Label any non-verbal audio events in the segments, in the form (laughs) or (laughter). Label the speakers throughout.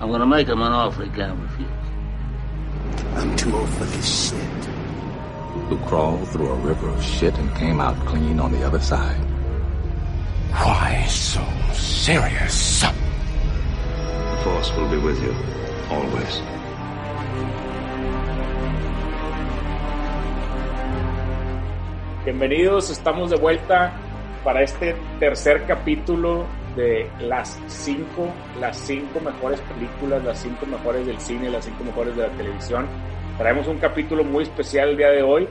Speaker 1: I'm gonna make him an offer he can't refuse.
Speaker 2: I'm too old for this shit.
Speaker 3: who crawled through a river of shit and came out clean on the other side.
Speaker 4: Why so serious?
Speaker 5: The Force will be with you. Always.
Speaker 6: Bienvenidos, estamos de vuelta para este tercer capítulo de las cinco, las cinco mejores películas, las cinco mejores del cine, las cinco mejores de la televisión. Traemos un capítulo muy especial el día de hoy.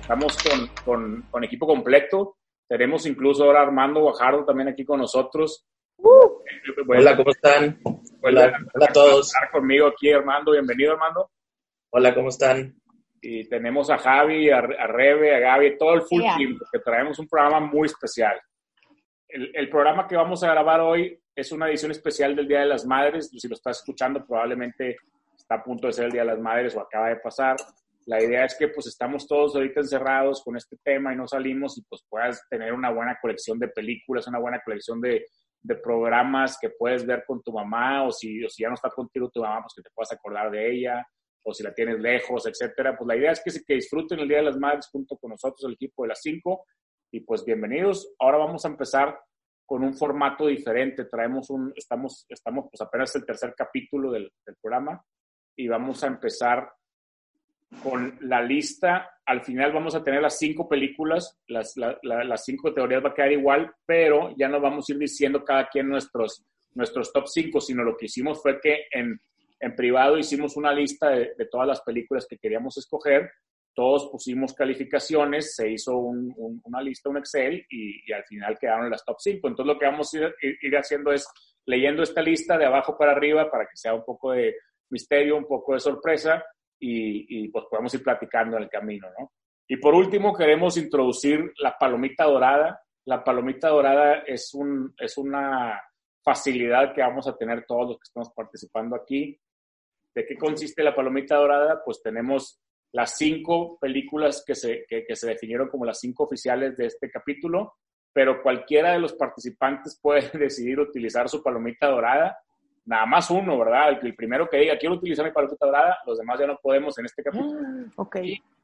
Speaker 6: Estamos con, con- con equipo completo. Tenemos incluso ahora a Armando Guajardo también aquí con nosotros.
Speaker 7: Uh. Hola, ¿cómo están?
Speaker 6: Vuelve
Speaker 7: Hola, hola a todos.
Speaker 6: estar conmigo aquí, Armando. Bienvenido, Armando.
Speaker 7: Hola, ¿cómo están?
Speaker 6: Y tenemos a Javi, a, a Rebe, a Gaby, todo el full
Speaker 8: Yeah.
Speaker 6: team, porque traemos un programa muy especial. El, el programa que vamos a grabar hoy es una edición especial del Día de las Madres. Si lo estás escuchando, probablemente está a punto de ser el Día de las Madres o acaba de pasar. La idea es que pues estamos todos ahorita encerrados con este tema y no salimos y pues puedas tener una buena colección de películas, una buena colección de, de programas que puedes ver con tu mamá o si, o si ya no está contigo tu mamá, pues que te puedas acordar de ella o si la tienes lejos, etcétera. Pues la idea es que, se- que disfruten el Día de las Madres junto con nosotros, el equipo de las 5. Y pues bienvenidos. Ahora vamos a empezar con un formato diferente. Traemos un, estamos, estamos pues apenas el tercer capítulo del, del programa y vamos a empezar con la lista. Al final vamos a tener las cinco películas, las, la- la- las cinco teorías va a quedar igual, pero ya nos vamos a ir diciendo cada quien nuestros, nuestros top cinco, sino lo que hicimos fue que en en privado hicimos una lista de, de todas las películas que queríamos escoger, todos pusimos calificaciones, se hizo un- un- una lista, un Excel y, y al final quedaron las top 5. Entonces lo que vamos a ir, ir- ir haciendo es leyendo esta lista de abajo para arriba para que sea un poco de misterio, un poco de sorpresa y, y, pues podemos ir platicando en el camino, ¿no? Y por último queremos introducir la palomita dorada. La palomita dorada es, un, es una facilidad que vamos a tener todos los que estamos participando aquí. ¿De qué consiste la palomita dorada? Pues tenemos las cinco películas que se, que, que se definieron como las cinco oficiales de este capítulo, pero cualquiera de los participantes puede (laughs) decidir utilizar su palomita dorada, nada más uno, ¿verdad? El, el primero que diga, quiero utilizar mi palomita dorada, los demás ya no podemos en este capítulo
Speaker 8: (gasps) Ok.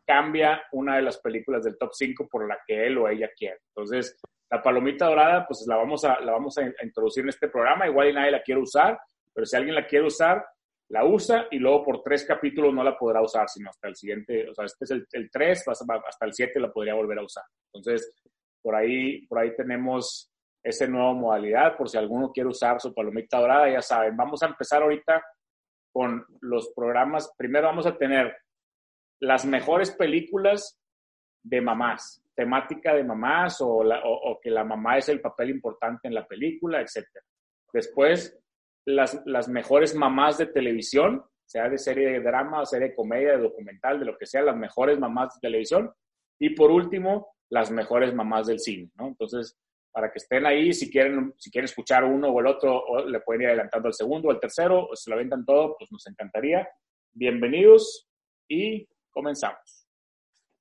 Speaker 6: cambia una de las películas del top 5 por la que él o ella quiere. Entonces, la palomita dorada, pues la vamos a, la vamos a in- a introducir en este programa. Igual y nadie la quiere usar, pero si alguien la quiere usar, la usa y luego por tres capítulos no la podrá usar, sino hasta el siguiente, o sea, este es el, el 3, hasta el 7 la podría volver a usar. Entonces, por ahí, por ahí tenemos esa nueva modalidad, por si alguno quiere usar su palomita dorada, ya saben. Vamos a empezar ahorita con los programas. Primero vamos a tener las mejores películas de mamás, temática de mamás o, la- o- o que la mamá es el papel importante en la película, etc. Después, las, las mejores mamás de televisión, sea de serie de drama, serie de comedia, de documental, de lo que sea, las mejores mamás de televisión. Y por último, las mejores mamás del cine, ¿no? Entonces, para que estén ahí, si quieren, si quieren escuchar uno o el otro, o le pueden ir adelantando al segundo, al tercero, o se lo aventan todo, pues nos encantaría. Bienvenidos y comenzamos.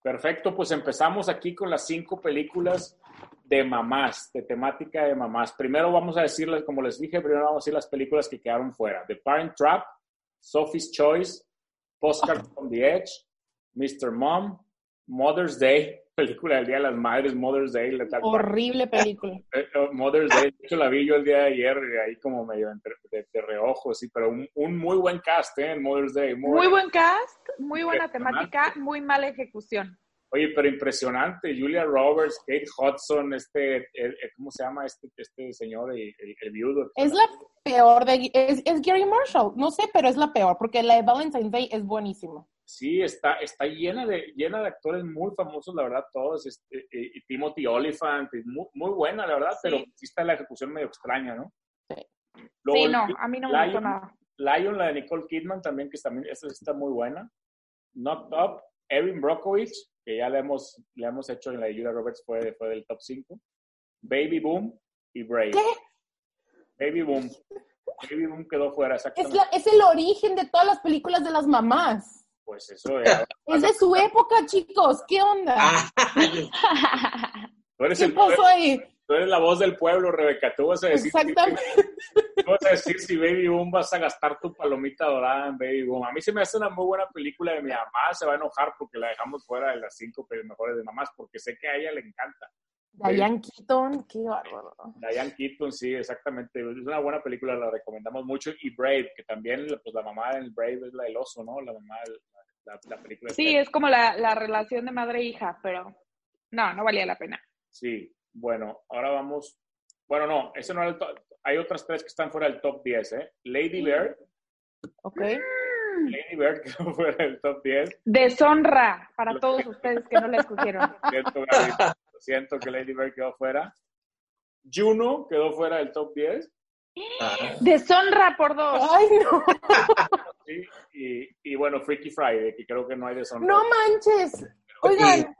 Speaker 6: Perfecto, pues empezamos aquí con las cinco películas de mamás, de temática de mamás. Primero vamos a decirles, como les dije, primero vamos a decir las películas que quedaron fuera. The Parent Trap, Sophie's Choice, Postcard from the Edge, Mr. Mom, Mother's Day, (laughs) película del Día de las Madres, Mother's Day, la tal-
Speaker 8: Horrible película.
Speaker 6: eh, eh, Mother's Day, de hecho la vi yo el día de ayer, eh, ahí como medio entre- de, de reojo, sí, pero un, un muy buen cast, ¿eh? En Mother's Day. muy
Speaker 9: Muy buen cast, muy buena
Speaker 6: Impresionante.
Speaker 9: temática, muy mala ejecución.
Speaker 6: Oye, pero impresionante. Julia Roberts, Kate Hudson, este, el- el- ¿cómo se llama este, este señor, el, el- el viudo?
Speaker 8: Es la peor de... Es, es Gary Marshall. No sé, pero es la peor. Porque la de Valentine's Day es buenísima.
Speaker 6: Sí, está, está llena, de, llena de actores muy famosos, la verdad, todos. Este, eh, y Timothy Oliphant, y muy, muy buena, la verdad, pero sí está la ejecución medio extraña, ¿no?
Speaker 8: Sí.
Speaker 6: Luego,
Speaker 9: Sí, no, a mí no me gustó nada.
Speaker 6: Lion, la de Nicole Kidman también, que es también esa está muy buena. Knocked Up, Erin Brockovich, que ya le hemos, le hemos hecho en la de Julia Roberts, fue, fue del top 5. Baby Boom y Brave. Baby Boom. Baby Boom quedó fuera,
Speaker 8: Es,
Speaker 6: exactamente.
Speaker 8: la- es el origen de todas las películas de las mamás.
Speaker 6: Pues eso era.
Speaker 8: Es de su época, chicos. ¿Qué onda?
Speaker 7: Ah,
Speaker 6: Tú eres
Speaker 8: ¿Qué
Speaker 6: el, tú eres-
Speaker 8: pasó ahí?
Speaker 6: Tú eres la voz del pueblo, Rebeca. Tú vas a decir.
Speaker 8: Exactamente.
Speaker 6: Tú vas a decir si Baby Boom vas a gastar tu palomita dorada en Baby Boom. A mí se me hace una muy buena película de mi mamá. Se va a enojar porque la dejamos fuera de las cinco mejores de mamás, porque sé que a ella le encanta.
Speaker 8: Diane Keaton, qué bárbaro.
Speaker 6: Diane Keaton, sí, exactamente. Es una buena película, la recomendamos mucho. Y Brave, que también pues, la mamá del Brave es la del oso, ¿no? La mamá del- la, la película. del
Speaker 9: Sí, es como la, la relación de madre e hija, pero no, no valía la pena.
Speaker 6: Sí, bueno, ahora vamos. Bueno, no, ese no era el top. Hay otras tres que están fuera del top 10, ¿eh? Lady Bird,
Speaker 8: Ok.
Speaker 6: Lady Bird (laughs) que no fuera del top 10.
Speaker 9: Deshonra para todos ustedes que no la
Speaker 6: (laughs)
Speaker 9: escogieron.
Speaker 6: Siento, Gaby, siento que Lady Bird quedó fuera. Juno quedó fuera del top 10.
Speaker 9: Deshonra por dos.
Speaker 8: Ay, no.
Speaker 6: Sí, y, y bueno, Freaky Friday, que creo que no hay deshonra.
Speaker 8: No manches. Oigan,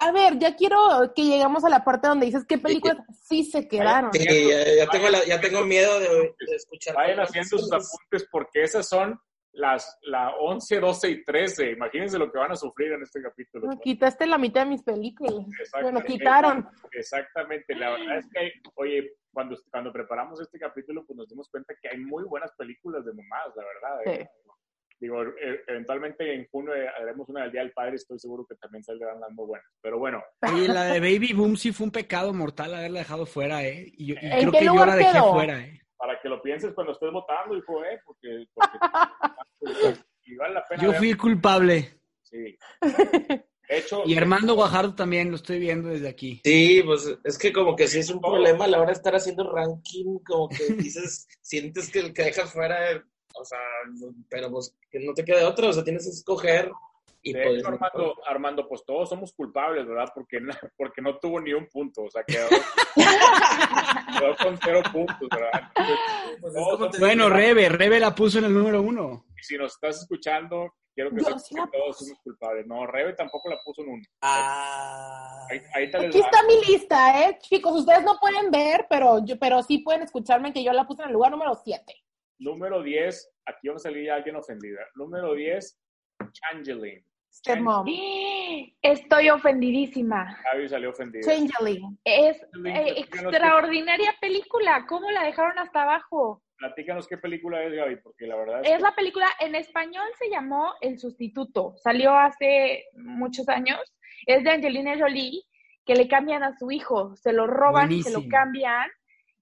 Speaker 8: a ver, ya quiero que llegamos a la parte donde dices qué películas sí se quedaron.
Speaker 7: Sí, ya, ya tengo la- ya tengo miedo de, de escuchar.
Speaker 6: Vayan haciendo sus apuntes porque esas son las la 11, 12 y 13. Imagínense lo que van a sufrir en este capítulo.
Speaker 8: Me quitaste la mitad de mis películas. Me lo
Speaker 6: Exactamente.
Speaker 8: quitaron.
Speaker 6: Exactamente, la verdad es que, hay- oye, cuando, cuando preparamos este capítulo, pues nos dimos cuenta que hay muy buenas películas de mamás, la verdad. ¿eh? Digo, e- eventualmente en junio eh, haremos una del Día del Padre, estoy seguro que también saldrán las muy buenas. Pero bueno,
Speaker 10: Oye, la de Baby Boom sí fue un pecado mortal haberla dejado fuera, ¿eh? Y, yo- y
Speaker 8: ¿En
Speaker 10: creo
Speaker 8: qué
Speaker 10: que yo
Speaker 8: lugar
Speaker 10: la dejé
Speaker 8: quedó?
Speaker 10: fuera, ¿eh?
Speaker 6: para que lo pienses cuando estés votando, hijo, ¿eh? Porque,
Speaker 8: (laughs)
Speaker 6: porque- y vale la pena.
Speaker 10: Yo
Speaker 6: ver-
Speaker 10: fui el culpable. (laughs)
Speaker 6: Sí. De hecho,
Speaker 10: Y Armando Guajardo también, lo estoy viendo desde aquí.
Speaker 7: Sí, pues es que como que sí es un problema a la hora de estar haciendo ranking, como
Speaker 6: (laughs)
Speaker 7: que dices, sientes que el que dejas fuera, o sea, pero pues que no te queda otra, o sea, tienes que escoger y
Speaker 6: de
Speaker 7: pues,
Speaker 6: hecho, Armando, Armando, pues todos somos culpables, ¿verdad? Porque, no- porque no tuvo ni un punto, o sea,
Speaker 10: (laughs)
Speaker 6: quedó, quedó con cero puntos, ¿verdad? Entonces,
Speaker 7: Pues es
Speaker 6: todos
Speaker 7: como
Speaker 6: somos
Speaker 7: te-
Speaker 10: Bueno, Rebe, Rebe la puso en el número uno.
Speaker 6: Y si nos estás escuchando, quiero que
Speaker 8: Yo
Speaker 6: sepas
Speaker 8: sí
Speaker 6: que
Speaker 8: la
Speaker 6: todos somos culpables. No, Rebe tampoco la puso en uno.
Speaker 7: ah,
Speaker 6: Ahí, ahí te les
Speaker 8: Aquí
Speaker 6: va.
Speaker 8: está mi lista, ¿eh? Chicos, ustedes no pueden ver, pero, yo, pero sí pueden escucharme que yo la puse en el lugar número 7.
Speaker 6: Número 10, aquí vamos a salir ya alguien ofendida. Número 10, Changeling.
Speaker 8: Stepmom.
Speaker 9: (gasps) Estoy ofendidísima.
Speaker 6: Javi salió ofendido.
Speaker 8: Changeling.
Speaker 9: Es
Speaker 6: Changeling,
Speaker 9: eh,
Speaker 6: platícanos
Speaker 9: extraordinaria película. ¿Cómo la dejaron hasta abajo?
Speaker 6: qué- Platícanos qué película es, Gaby, porque la verdad es,
Speaker 9: Es la película, en español se llamó El Sustituto. Salió hace muchos años. Es de Angelina Jolie, que le cambian a su hijo. Se lo roban, y se lo
Speaker 10: Buenísimo.
Speaker 9: cambian.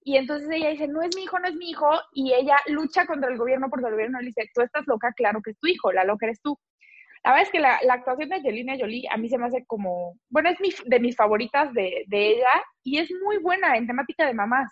Speaker 9: Y entonces ella dice, no es mi hijo, no es mi hijo. Y ella lucha contra el gobierno porque el gobierno le dice, tú estás loca, claro que es tu hijo, la loca eres tú. La verdad es que la, la actuación de Angelina Jolie a mí se me hace como, bueno, es mi, de mis favoritas de, de ella y es muy buena en temática de mamás.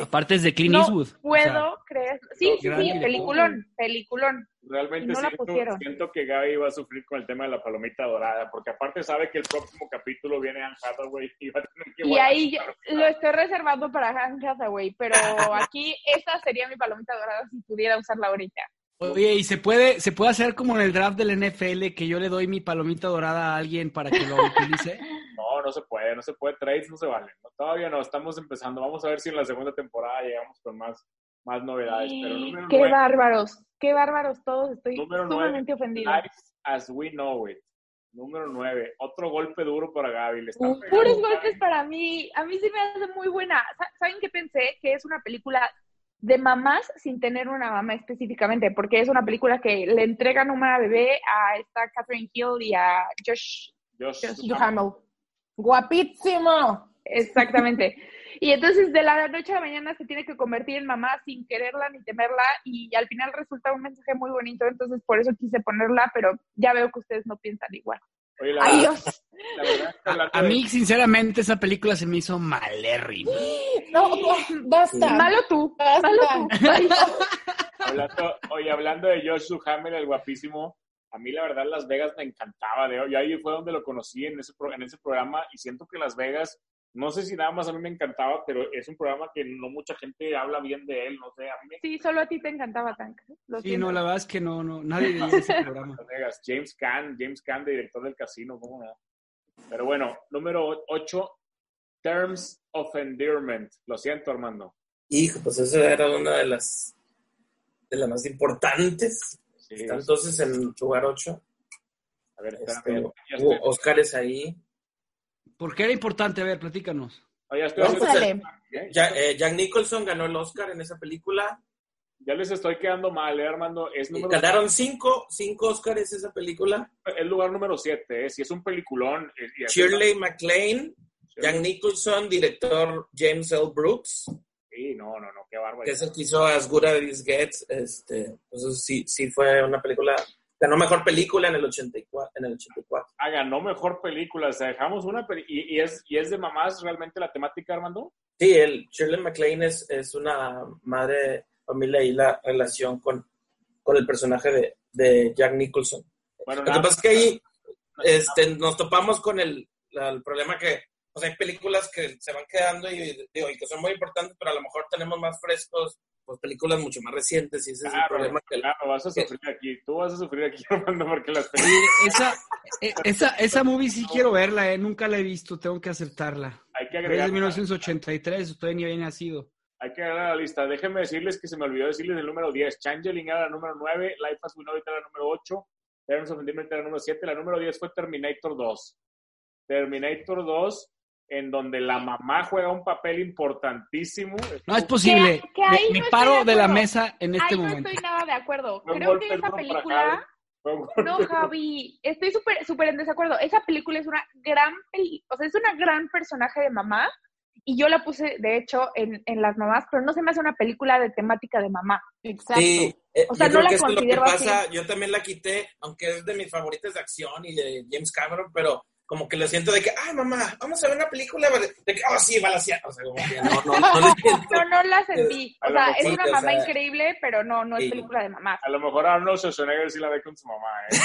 Speaker 10: Aparte es de Clint
Speaker 9: No
Speaker 10: Eastwood. o sea,
Speaker 9: Puedo creer. Sí, sí,
Speaker 10: gran
Speaker 9: sí,
Speaker 10: director.
Speaker 9: peliculón, peliculón.
Speaker 6: realmente
Speaker 9: no la
Speaker 6: siento,
Speaker 9: pusieron.
Speaker 6: siento que Gaby va a sufrir con el tema de la palomita dorada, porque aparte sabe que el próximo capítulo viene Anne Hathaway y va a tener que
Speaker 9: Y
Speaker 6: guardar-
Speaker 9: ahí yo lo estoy reservando para Hank Hathaway,
Speaker 6: (laughs)
Speaker 9: pero aquí esa sería mi palomita dorada si pudiera usarla ahorita.
Speaker 10: Oye, y se puede, se puede hacer como en el draft del NFL que yo le doy mi palomita dorada a alguien para que lo utilice.
Speaker 6: No, no se puede, no se puede. Trades no se valen. No, todavía no, estamos empezando. Vamos a ver si en la segunda temporada llegamos con más, más novedades. Pero número
Speaker 9: qué
Speaker 6: nueve,
Speaker 9: bárbaros, qué bárbaros todos, estoy
Speaker 6: Número nueve,
Speaker 9: sumamente ofendida.
Speaker 6: Life as we know it. Número 9. Otro golpe duro para Gaby. Le están pegando,
Speaker 9: Puros
Speaker 6: Gaby.
Speaker 9: golpes para mí, a mí sí me hace muy buena. Sa- ¿Saben qué pensé? Que es una película de mamás sin tener una mamá específicamente, porque es una película que le entregan una bebé a esta Catherine Hill y a Josh
Speaker 6: Dios,
Speaker 8: You Hamel. Guapísimo.
Speaker 9: Exactamente. Y entonces de la noche a la mañana se tiene que convertir en mamá sin quererla ni temerla y al final resulta un mensaje muy bonito, entonces por eso quise ponerla, pero ya veo que ustedes no piensan igual.
Speaker 6: Oye, la,
Speaker 9: Ay
Speaker 6: verdad,
Speaker 9: Dios,
Speaker 6: la verdad es que hablando
Speaker 10: A
Speaker 6: de-
Speaker 10: mí, sinceramente, esa película se me hizo malérrima.
Speaker 8: No, basta.
Speaker 9: malo tú,
Speaker 8: Basta.
Speaker 9: malo tú. Ay,
Speaker 6: Hablando, oye, hablando de Josh Hamel, el guapísimo, a mí la verdad Las Vegas me encantaba, Leo. Y ahí fue donde lo conocí en ese, pro- en ese programa y siento que Las Vegas, no sé si nada más a mí me encantaba, pero es un programa que no mucha gente habla bien de él, no sé, a mí me
Speaker 9: Sí, solo a ti te encantaba Tank. Lo
Speaker 10: Sí,
Speaker 9: siento.
Speaker 10: no, la verdad es que no, no, nadie veía ese programa.
Speaker 6: Las Vegas. James Caan, James Caan, director del casino, ¿cómo no? Pero bueno, número 8, Terms of Endearment. Lo siento, Armando.
Speaker 7: hijo, pues esa era una de las de las más importantes.
Speaker 6: Sí,
Speaker 7: Está entonces en lugar 8.
Speaker 6: a ver, espérame,
Speaker 7: Este,
Speaker 6: ya
Speaker 7: hubo
Speaker 6: estoy-
Speaker 7: Óscares ahí.
Speaker 10: ¿Por qué era importante? A ver, platícanos.
Speaker 6: Oye, oh, estoy haciendo-
Speaker 8: Órale.
Speaker 6: ¿Eh?
Speaker 7: Ya- eh, Jack Nicholson ganó el Oscar en esa película.
Speaker 6: Ya les estoy quedando mal, eh, Armando. Es,
Speaker 7: Y
Speaker 6: número,
Speaker 7: Ganaron cinco, cinco Oscars esa película.
Speaker 6: es lugar número 7. Si es un peliculón. eh, y-
Speaker 7: Shirley MacLaine, Jack Nicholson, director James L. Brooks,
Speaker 6: Sí, no, no, no, qué
Speaker 7: que
Speaker 6: bárbaro.
Speaker 7: es el que hizo As Good As It Gets. Este, entonces sí, sí fue una película. Ganó mejor película en el 84. En el 84.
Speaker 6: Ah, ganó mejor película. O sea, dejamos una. peli- Y, y es, ¿Y es de mamás realmente la temática, Armando?
Speaker 7: Sí, el Shirley MacLaine es, es una madre de familia y la relación con, con el personaje de, de Jack Nicholson.
Speaker 6: Bueno,
Speaker 7: Lo que
Speaker 6: nada,
Speaker 7: pasa es que ahí este, nos topamos con el, la- el problema que pues, hay películas que se van quedando y, digo, y que son muy importantes, pero a lo mejor tenemos más frescos, pues películas mucho más recientes y ese es el
Speaker 6: Claro,
Speaker 7: problema. Que,
Speaker 6: claro, vas a sufrir aquí. Tú vas a sufrir aquí, (laughs) Armando, porque las películas.
Speaker 10: Sí, esa, e- esa, esa movie sí quiero verla, eh. nunca la he visto, tengo que aceptarla.
Speaker 6: Hay que
Speaker 10: Pero es de
Speaker 6: agregar.
Speaker 10: 1983, todavía ni había nacido.
Speaker 6: Hay que agregar a la lista. Déjenme decirles que se me olvidó decirles el número 10. Changeling era la número 9, Life as We Know It era la número 8, Terms of Endearment era la número 7, la número 10 fue Terminator 2. Terminator 2, en donde la mamá juega un papel importantísimo.
Speaker 10: No es posible.
Speaker 9: Que- que ahí
Speaker 10: me
Speaker 9: no
Speaker 10: me
Speaker 9: estoy de
Speaker 10: paro de la
Speaker 9: acuerdo.
Speaker 10: mesa en este
Speaker 9: Ahí no
Speaker 10: momento.
Speaker 9: estoy nada de acuerdo.
Speaker 6: Fue un
Speaker 9: Creo que
Speaker 6: golpe
Speaker 9: esa
Speaker 6: duro para
Speaker 9: película.
Speaker 6: Fue un-
Speaker 7: (laughs)
Speaker 9: No, Javi, estoy súper súper en desacuerdo. Esa película es una gran peli, o sea, es una gran personaje de mamá y yo la puse de hecho en, en las mamás, pero no se me hace una película de temática de mamá.
Speaker 8: Exacto.
Speaker 7: eh,
Speaker 9: O sea,
Speaker 7: yo
Speaker 9: no
Speaker 7: creo
Speaker 9: la
Speaker 7: que eso es lo que
Speaker 9: considero así.
Speaker 7: pasa. Yo también la quité, aunque es de mis favoritas de acción y de James Cameron, pero como que lo siento de que, ay mamá, vamos a ver una película de de que, oh sí, balacía. O sea, como que no, no, no,
Speaker 9: (laughs)
Speaker 7: le siento.
Speaker 9: No, no
Speaker 7: (laughs)
Speaker 9: la sentí.
Speaker 6: A
Speaker 9: O
Speaker 6: lo
Speaker 9: sea,
Speaker 6: mejor
Speaker 9: es una
Speaker 7: sí, o
Speaker 9: mamá
Speaker 7: sea,
Speaker 9: increíble, pero no, no es
Speaker 7: sí.
Speaker 9: película de mamá.
Speaker 6: A lo mejor Arnold Schwarzenegger sí la ve con su mamá,
Speaker 10: (laughs)
Speaker 6: ¿eh?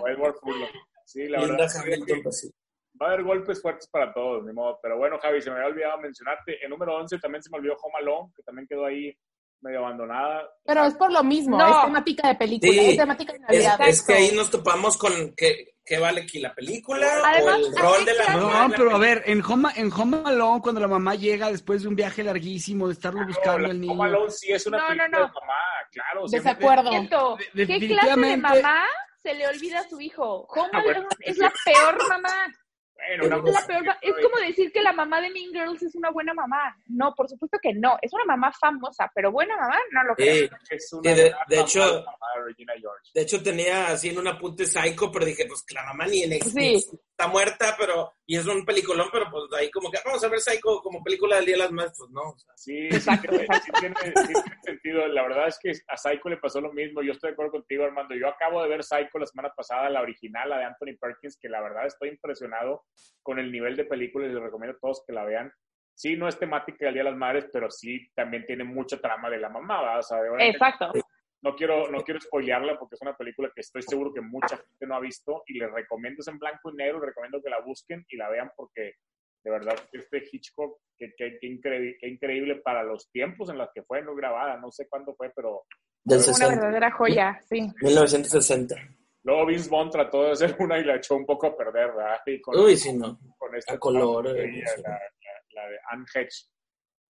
Speaker 6: o Edward Furlong. Sí, la
Speaker 7: Linda
Speaker 6: verdad.
Speaker 7: Hamilton, pues, sí.
Speaker 6: Va a haber golpes fuertes para todos, ni modo. Pero bueno, Javi, se me había olvidado mencionarte. En número 11 también se me olvidó Home Alone, que también quedó ahí medio abandonada.
Speaker 8: Pero es por lo mismo,
Speaker 9: No.
Speaker 8: es temática de película,
Speaker 7: Sí.
Speaker 8: es temática de
Speaker 7: Es,
Speaker 8: Navidad.
Speaker 7: es que ahí nos topamos con que, que vale aquí la película
Speaker 9: Además,
Speaker 7: o el rol
Speaker 9: así
Speaker 7: de la
Speaker 9: que-
Speaker 10: No,
Speaker 7: mamá.
Speaker 10: pero a ver, en Home, en Home Alone, cuando la mamá llega después de un viaje larguísimo, de estarlo
Speaker 6: No,
Speaker 10: buscando
Speaker 6: la-
Speaker 10: el niño.
Speaker 6: Home Ah, Alone sí es una
Speaker 9: No, no,
Speaker 6: película
Speaker 9: no.
Speaker 6: de mamá, claro. siempre-
Speaker 8: Desacuerdo.
Speaker 9: Siento,
Speaker 10: De-
Speaker 9: ¿qué clase de
Speaker 10: definitivamente-
Speaker 9: mamá se le olvida a su hijo? Home
Speaker 6: Ah, bueno.
Speaker 9: Alone es la peor mamá.
Speaker 6: Bueno, una
Speaker 9: Es
Speaker 7: (laughs)
Speaker 9: la peor ma- es como decir que la mamá de Mean Girls es una buena mamá. No, por supuesto que no. Es una mamá famosa, pero buena mamá no lo creo.
Speaker 7: Sí,
Speaker 6: Es
Speaker 7: Sí, de-
Speaker 6: gran
Speaker 7: de hecho-
Speaker 6: mamá, mamá de Regina George.
Speaker 7: de hecho, tenía así en un apunte psycho, pero dije, pues que la mamá ni en ex-
Speaker 9: Sí.
Speaker 7: ni está muerta, pero y es un peliculón, pero pues ahí como que vamos a ver psycho como película del Día de las Madres, pues no. o sea,
Speaker 6: Sí, sí, tiene, sí tiene- sí tiene sentido. La verdad es que a Psycho le pasó lo mismo. Yo estoy de acuerdo contigo, Armando. Yo acabo de ver Psycho la semana pasada, la original, la de Anthony Perkins, que la verdad estoy impresionado con el nivel de película y les recomiendo a todos que la vean. Sí, no es temática del Día de las Madres, pero sí también tiene mucha trama de la mamá, ¿verdad? O sea, de verdad que
Speaker 9: Exacto.
Speaker 6: no quiero, no quiero spoilearla porque es una película que estoy seguro que mucha gente no ha visto y les recomiendo, es en blanco y negro, les recomiendo que la busquen y la vean porque de verdad que este Hitchcock, que, que- que increíble, que increíble para los tiempos en los que fue no grabada, no sé cuándo fue, pero
Speaker 7: Del
Speaker 9: Una
Speaker 7: 60,
Speaker 9: verdadera joya, sí.
Speaker 7: 1960.
Speaker 6: luego Vince Vaughn trató de hacer una y la echó un poco a perder, ¿verdad? Y con, este
Speaker 7: Uy, sí, no.
Speaker 6: con esta
Speaker 7: a color,
Speaker 6: la,
Speaker 7: eh, no sé.
Speaker 6: la, la de Anne Hedge.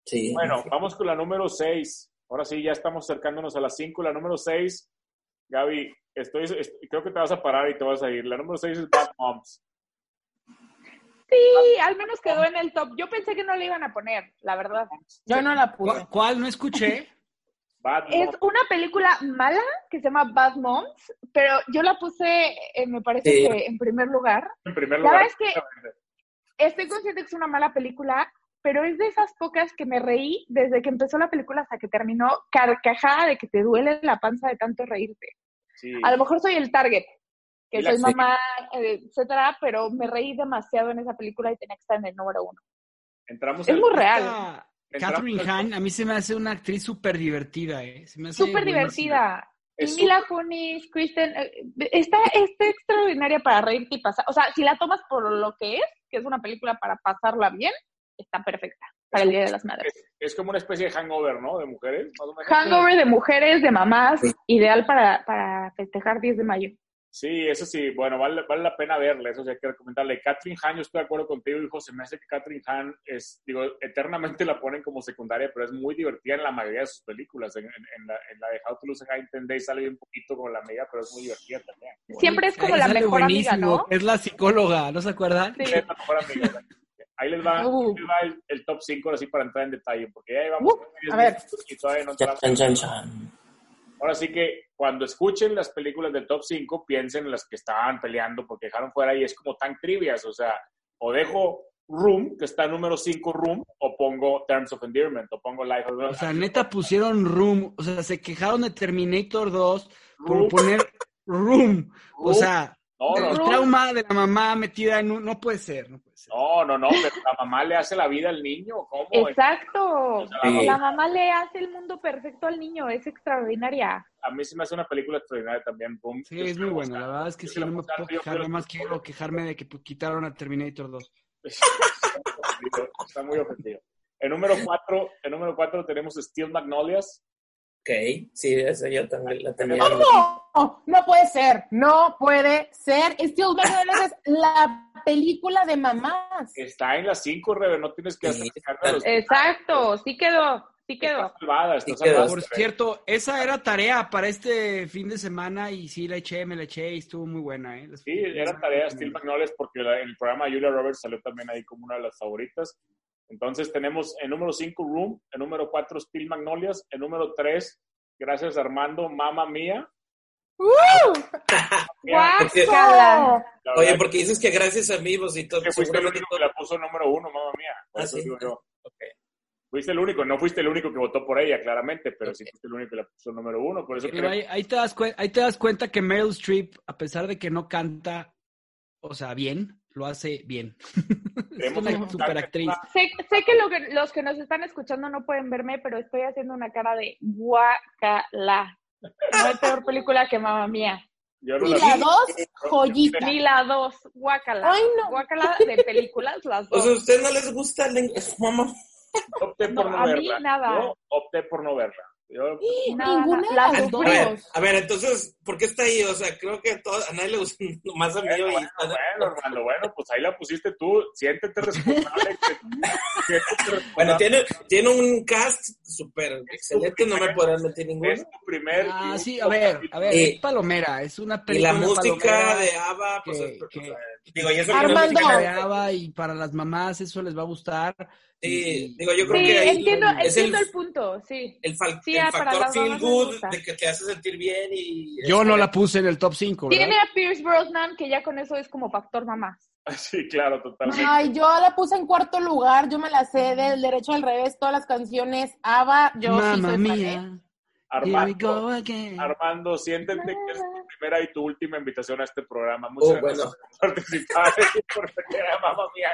Speaker 7: Sí.
Speaker 9: (laughs)
Speaker 6: Bueno, vamos con la número 6. Ahora sí, ya estamos acercándonos a las 5. La número 6, Gaby, estoy, est- creo que te vas a parar y te vas a ir. La número 6 es Bad Moms.
Speaker 9: Sí, al menos quedó en el top. Yo pensé que no le iban a poner, la verdad.
Speaker 8: Yo no la
Speaker 10: ¿Cuál,
Speaker 8: puse.
Speaker 10: cuál? No escuché.
Speaker 6: Bad
Speaker 9: Es
Speaker 6: Moms.
Speaker 9: una película mala que se llama Bad Moms, pero yo la puse, eh, me parece
Speaker 7: Sí.
Speaker 9: que en primer lugar.
Speaker 6: En primer
Speaker 9: la
Speaker 6: lugar.
Speaker 9: verdad es Estoy consciente que es una mala película, pero es de esas pocas que me reí desde que empezó la película hasta que terminó, carcajada de que te duele la panza de tanto reírte.
Speaker 6: Sí.
Speaker 9: A lo mejor soy el target,
Speaker 6: Y
Speaker 9: que
Speaker 6: la
Speaker 9: soy mamá, eh, etcétera, pero me reí demasiado en esa película y tenía que estar en el número uno.
Speaker 6: Entramos
Speaker 9: Es
Speaker 6: al-
Speaker 9: muy real,
Speaker 10: Esta
Speaker 6: entramos
Speaker 10: Catherine
Speaker 6: al-
Speaker 10: Hahn, a mí se me hace una actriz súper divertida, ¿eh? Se me hace
Speaker 9: súper
Speaker 10: buenísima.
Speaker 9: divertida. Y
Speaker 6: Es
Speaker 9: Mila Kunis, Kristen, eh, está, está extraordinaria para reírte y pasar. O sea, si la tomas por lo que es, que es una película para pasarla bien, está perfecta para el Día de las Madres.
Speaker 6: Es como una especie de hangover, ¿no? De mujeres. más o menos.
Speaker 9: Hangover de mujeres, de mamás, ideal para, para festejar 10 de mayo.
Speaker 6: Sí, eso sí. Bueno, vale, vale la pena verla. Eso sí hay que recomendarle. Catherine Hahn, yo estoy de acuerdo contigo, hijo. Se me hace que Catherine Hahn es, digo, eternamente la ponen como secundaria, pero es muy divertida en la mayoría de sus películas. En, en- en la, en la de How to Lose a Guy in 10 Days sale un poquito como la media, pero es muy divertida también.
Speaker 9: Siempre es como
Speaker 10: Ahí
Speaker 9: la
Speaker 10: sale
Speaker 9: mejor amiga,
Speaker 10: buenísimo,
Speaker 9: ¿no?
Speaker 10: Es la psicóloga, ¿no se acuerdan?
Speaker 9: Sí.
Speaker 6: Es la mejor amiga. Ahí les va,
Speaker 8: Uh.
Speaker 6: ahí les va el, el top 5 ahora sí para entrar en detalle, porque ya llevamos
Speaker 8: Uh,
Speaker 6: diez
Speaker 8: a ver.
Speaker 6: minutos y todavía no
Speaker 7: Chan,
Speaker 6: entramos.
Speaker 7: chan, chan, chan.
Speaker 6: Ahora sí que cuando escuchen las películas del top 5, piensen en las que estaban peleando porque dejaron fuera y es como tan trivias, o sea, o dejo Room, que está número 5 Room, o pongo Terms of Endearment, o pongo Life of
Speaker 10: O sea, neta pusieron Room, o sea, se quejaron de Terminator 2 por
Speaker 6: Room.
Speaker 10: poner Room. O
Speaker 6: Room.
Speaker 10: sea,
Speaker 6: No, no,
Speaker 10: el
Speaker 6: no,
Speaker 10: trauma de la mamá metida en un... No puede ser, no puede ser.
Speaker 6: no, no, no, pero la mamá le hace la vida al niño, ¿cómo?
Speaker 9: Exacto.
Speaker 7: Sí.
Speaker 9: La mamá le hace el mundo perfecto al niño, es extraordinaria.
Speaker 6: A mí se me hace una película extraordinaria también, Room.
Speaker 10: Sí,
Speaker 6: Yo
Speaker 10: es
Speaker 6: se la
Speaker 10: muy
Speaker 6: voy a
Speaker 10: bueno. La
Speaker 6: buscar.
Speaker 10: verdad es que
Speaker 6: Yo
Speaker 10: sí,
Speaker 6: se la
Speaker 10: no
Speaker 6: voy a
Speaker 10: me
Speaker 6: buscar,
Speaker 10: puedo
Speaker 6: yo- yo
Speaker 10: quejar.
Speaker 6: la-
Speaker 10: Nada más quiero quejarme de que pues, quitaron a Terminator 2.
Speaker 6: Está muy ofendido. En número 4, en número 4 tenemos Steel Magnolias.
Speaker 7: Ok, sí, esa yo también la tenía.
Speaker 8: ¿Cómo? No puede ser, no puede ser. Steel Magnolias es la película de mamás.
Speaker 6: Está en las 5, Rebe, no tienes que
Speaker 7: Sí,
Speaker 6: hacer quejarte de los
Speaker 9: Exacto, sí quedó, sí quedó.
Speaker 6: Está salvada, está
Speaker 7: Sí quedó.
Speaker 6: salvada.
Speaker 10: Por cierto, esa era tarea para este fin de semana y sí la eché, me la eché y estuvo muy buena, ¿eh? Las-
Speaker 6: Sí, eran tareas Steel Magnolias porque la- en el programa de Julia Roberts salió también ahí como una de las favoritas. Entonces tenemos en número 5 Room, en número 4 Steel Magnolias, en número 3, gracias Armando, Mamma Mía. (laughs) La
Speaker 9: Guácala.
Speaker 6: verdad
Speaker 7: Oye,
Speaker 6: es
Speaker 7: porque dices que gracias a mí, vosito,
Speaker 6: que fuiste el
Speaker 7: seguramente
Speaker 6: único que la puso número uno, Mamma Mía. Por
Speaker 7: Ah,
Speaker 6: eso
Speaker 7: sí.
Speaker 6: digo yo.
Speaker 7: Ok.
Speaker 6: Fuiste el único, no fuiste el único que votó por ella, claramente, pero sí fuiste el único que la puso número uno. Por eso
Speaker 10: Pero
Speaker 6: creo
Speaker 10: ahí, ahí te das cuen- ahí te das cuenta que Meryl Streep, a pesar de que no canta, o sea, bien, lo hace bien.
Speaker 6: Tenemos
Speaker 10: es
Speaker 6: que
Speaker 10: una
Speaker 6: contar
Speaker 10: superactriz.
Speaker 9: Sé, sé que, lo que los que nos están escuchando no pueden verme, pero estoy haciendo una cara de guacala. No hay peor película que mamá mía.
Speaker 6: yo no
Speaker 8: Y
Speaker 6: la
Speaker 8: la
Speaker 6: vi.
Speaker 8: dos, joyita.
Speaker 9: Ni la dos, guacala.
Speaker 8: Ay, no.
Speaker 9: Guacala de películas, las
Speaker 7: O sea, ¿a
Speaker 9: dos.
Speaker 7: ustedes no les gusta el mamá?
Speaker 6: Opté
Speaker 9: No,
Speaker 6: por no,
Speaker 9: a mí
Speaker 6: verla.
Speaker 9: nada.
Speaker 6: Yo opté por no verla.
Speaker 10: (gasps)
Speaker 6: Yo
Speaker 9: Nada,
Speaker 8: Ninguna de
Speaker 9: nada.
Speaker 8: las
Speaker 9: Las
Speaker 8: dos.
Speaker 7: A ver,
Speaker 8: Dios.
Speaker 7: a ver, entonces, ¿por qué está ahí? O sea, creo que a todo- a nadie le gusta (laughs) más a mí.
Speaker 6: Bueno,
Speaker 7: y-
Speaker 6: bueno, bueno, Armando, bueno, pues ahí la pusiste tú. Siéntete responsable.
Speaker 10: (laughs)
Speaker 6: Siéntete responsable.
Speaker 7: (laughs) Bueno, tiene, tiene un cast súper excelente, no me podrán meter ninguno.
Speaker 6: es tu primer.
Speaker 10: Ah,
Speaker 6: y
Speaker 10: sí, a
Speaker 6: único
Speaker 10: ver, a ver,
Speaker 7: Eh,
Speaker 10: es palomera, es una
Speaker 7: Y la
Speaker 10: película
Speaker 7: música
Speaker 10: palomera
Speaker 7: de ABBA, pues,
Speaker 10: que-
Speaker 7: es- o
Speaker 10: que-
Speaker 7: sea, digo, y eso que no
Speaker 10: la
Speaker 8: Armando.
Speaker 7: significa-
Speaker 10: música de ABBA y para las mamás eso les va a gustar.
Speaker 7: Sí,
Speaker 10: Y-
Speaker 7: digo, yo creo
Speaker 9: Sí,
Speaker 7: que ahí
Speaker 9: entiendo,
Speaker 7: es
Speaker 9: entiendo
Speaker 7: el-
Speaker 9: el... punto, sí.
Speaker 7: el, fal-
Speaker 9: Sí,
Speaker 7: el
Speaker 9: ah, para
Speaker 7: factor
Speaker 9: las
Speaker 7: feel
Speaker 9: mamás les
Speaker 7: good
Speaker 9: gusta.
Speaker 7: de que te hace sentir bien y...
Speaker 10: Yo no la puse en el top 5, ¿verdad?
Speaker 9: Tiene a Pierce Brosnan, que ya con eso es como factor mamá.
Speaker 6: (laughs) Sí, claro, totalmente.
Speaker 10: Ah,
Speaker 8: Ay, yo la puse en cuarto lugar, yo me la sé del derecho al revés, todas las canciones, ABBA, yo sí
Speaker 10: Mamma
Speaker 8: soy fan, ¿eh?
Speaker 10: mía, here we go
Speaker 6: Armando,
Speaker 10: again.
Speaker 6: Armando, siéntete que es tu primera y tu última invitación a este programa.
Speaker 7: Oh,
Speaker 6: Muchas gracias
Speaker 7: bueno,
Speaker 6: por participar. por venir a Mamma Mía.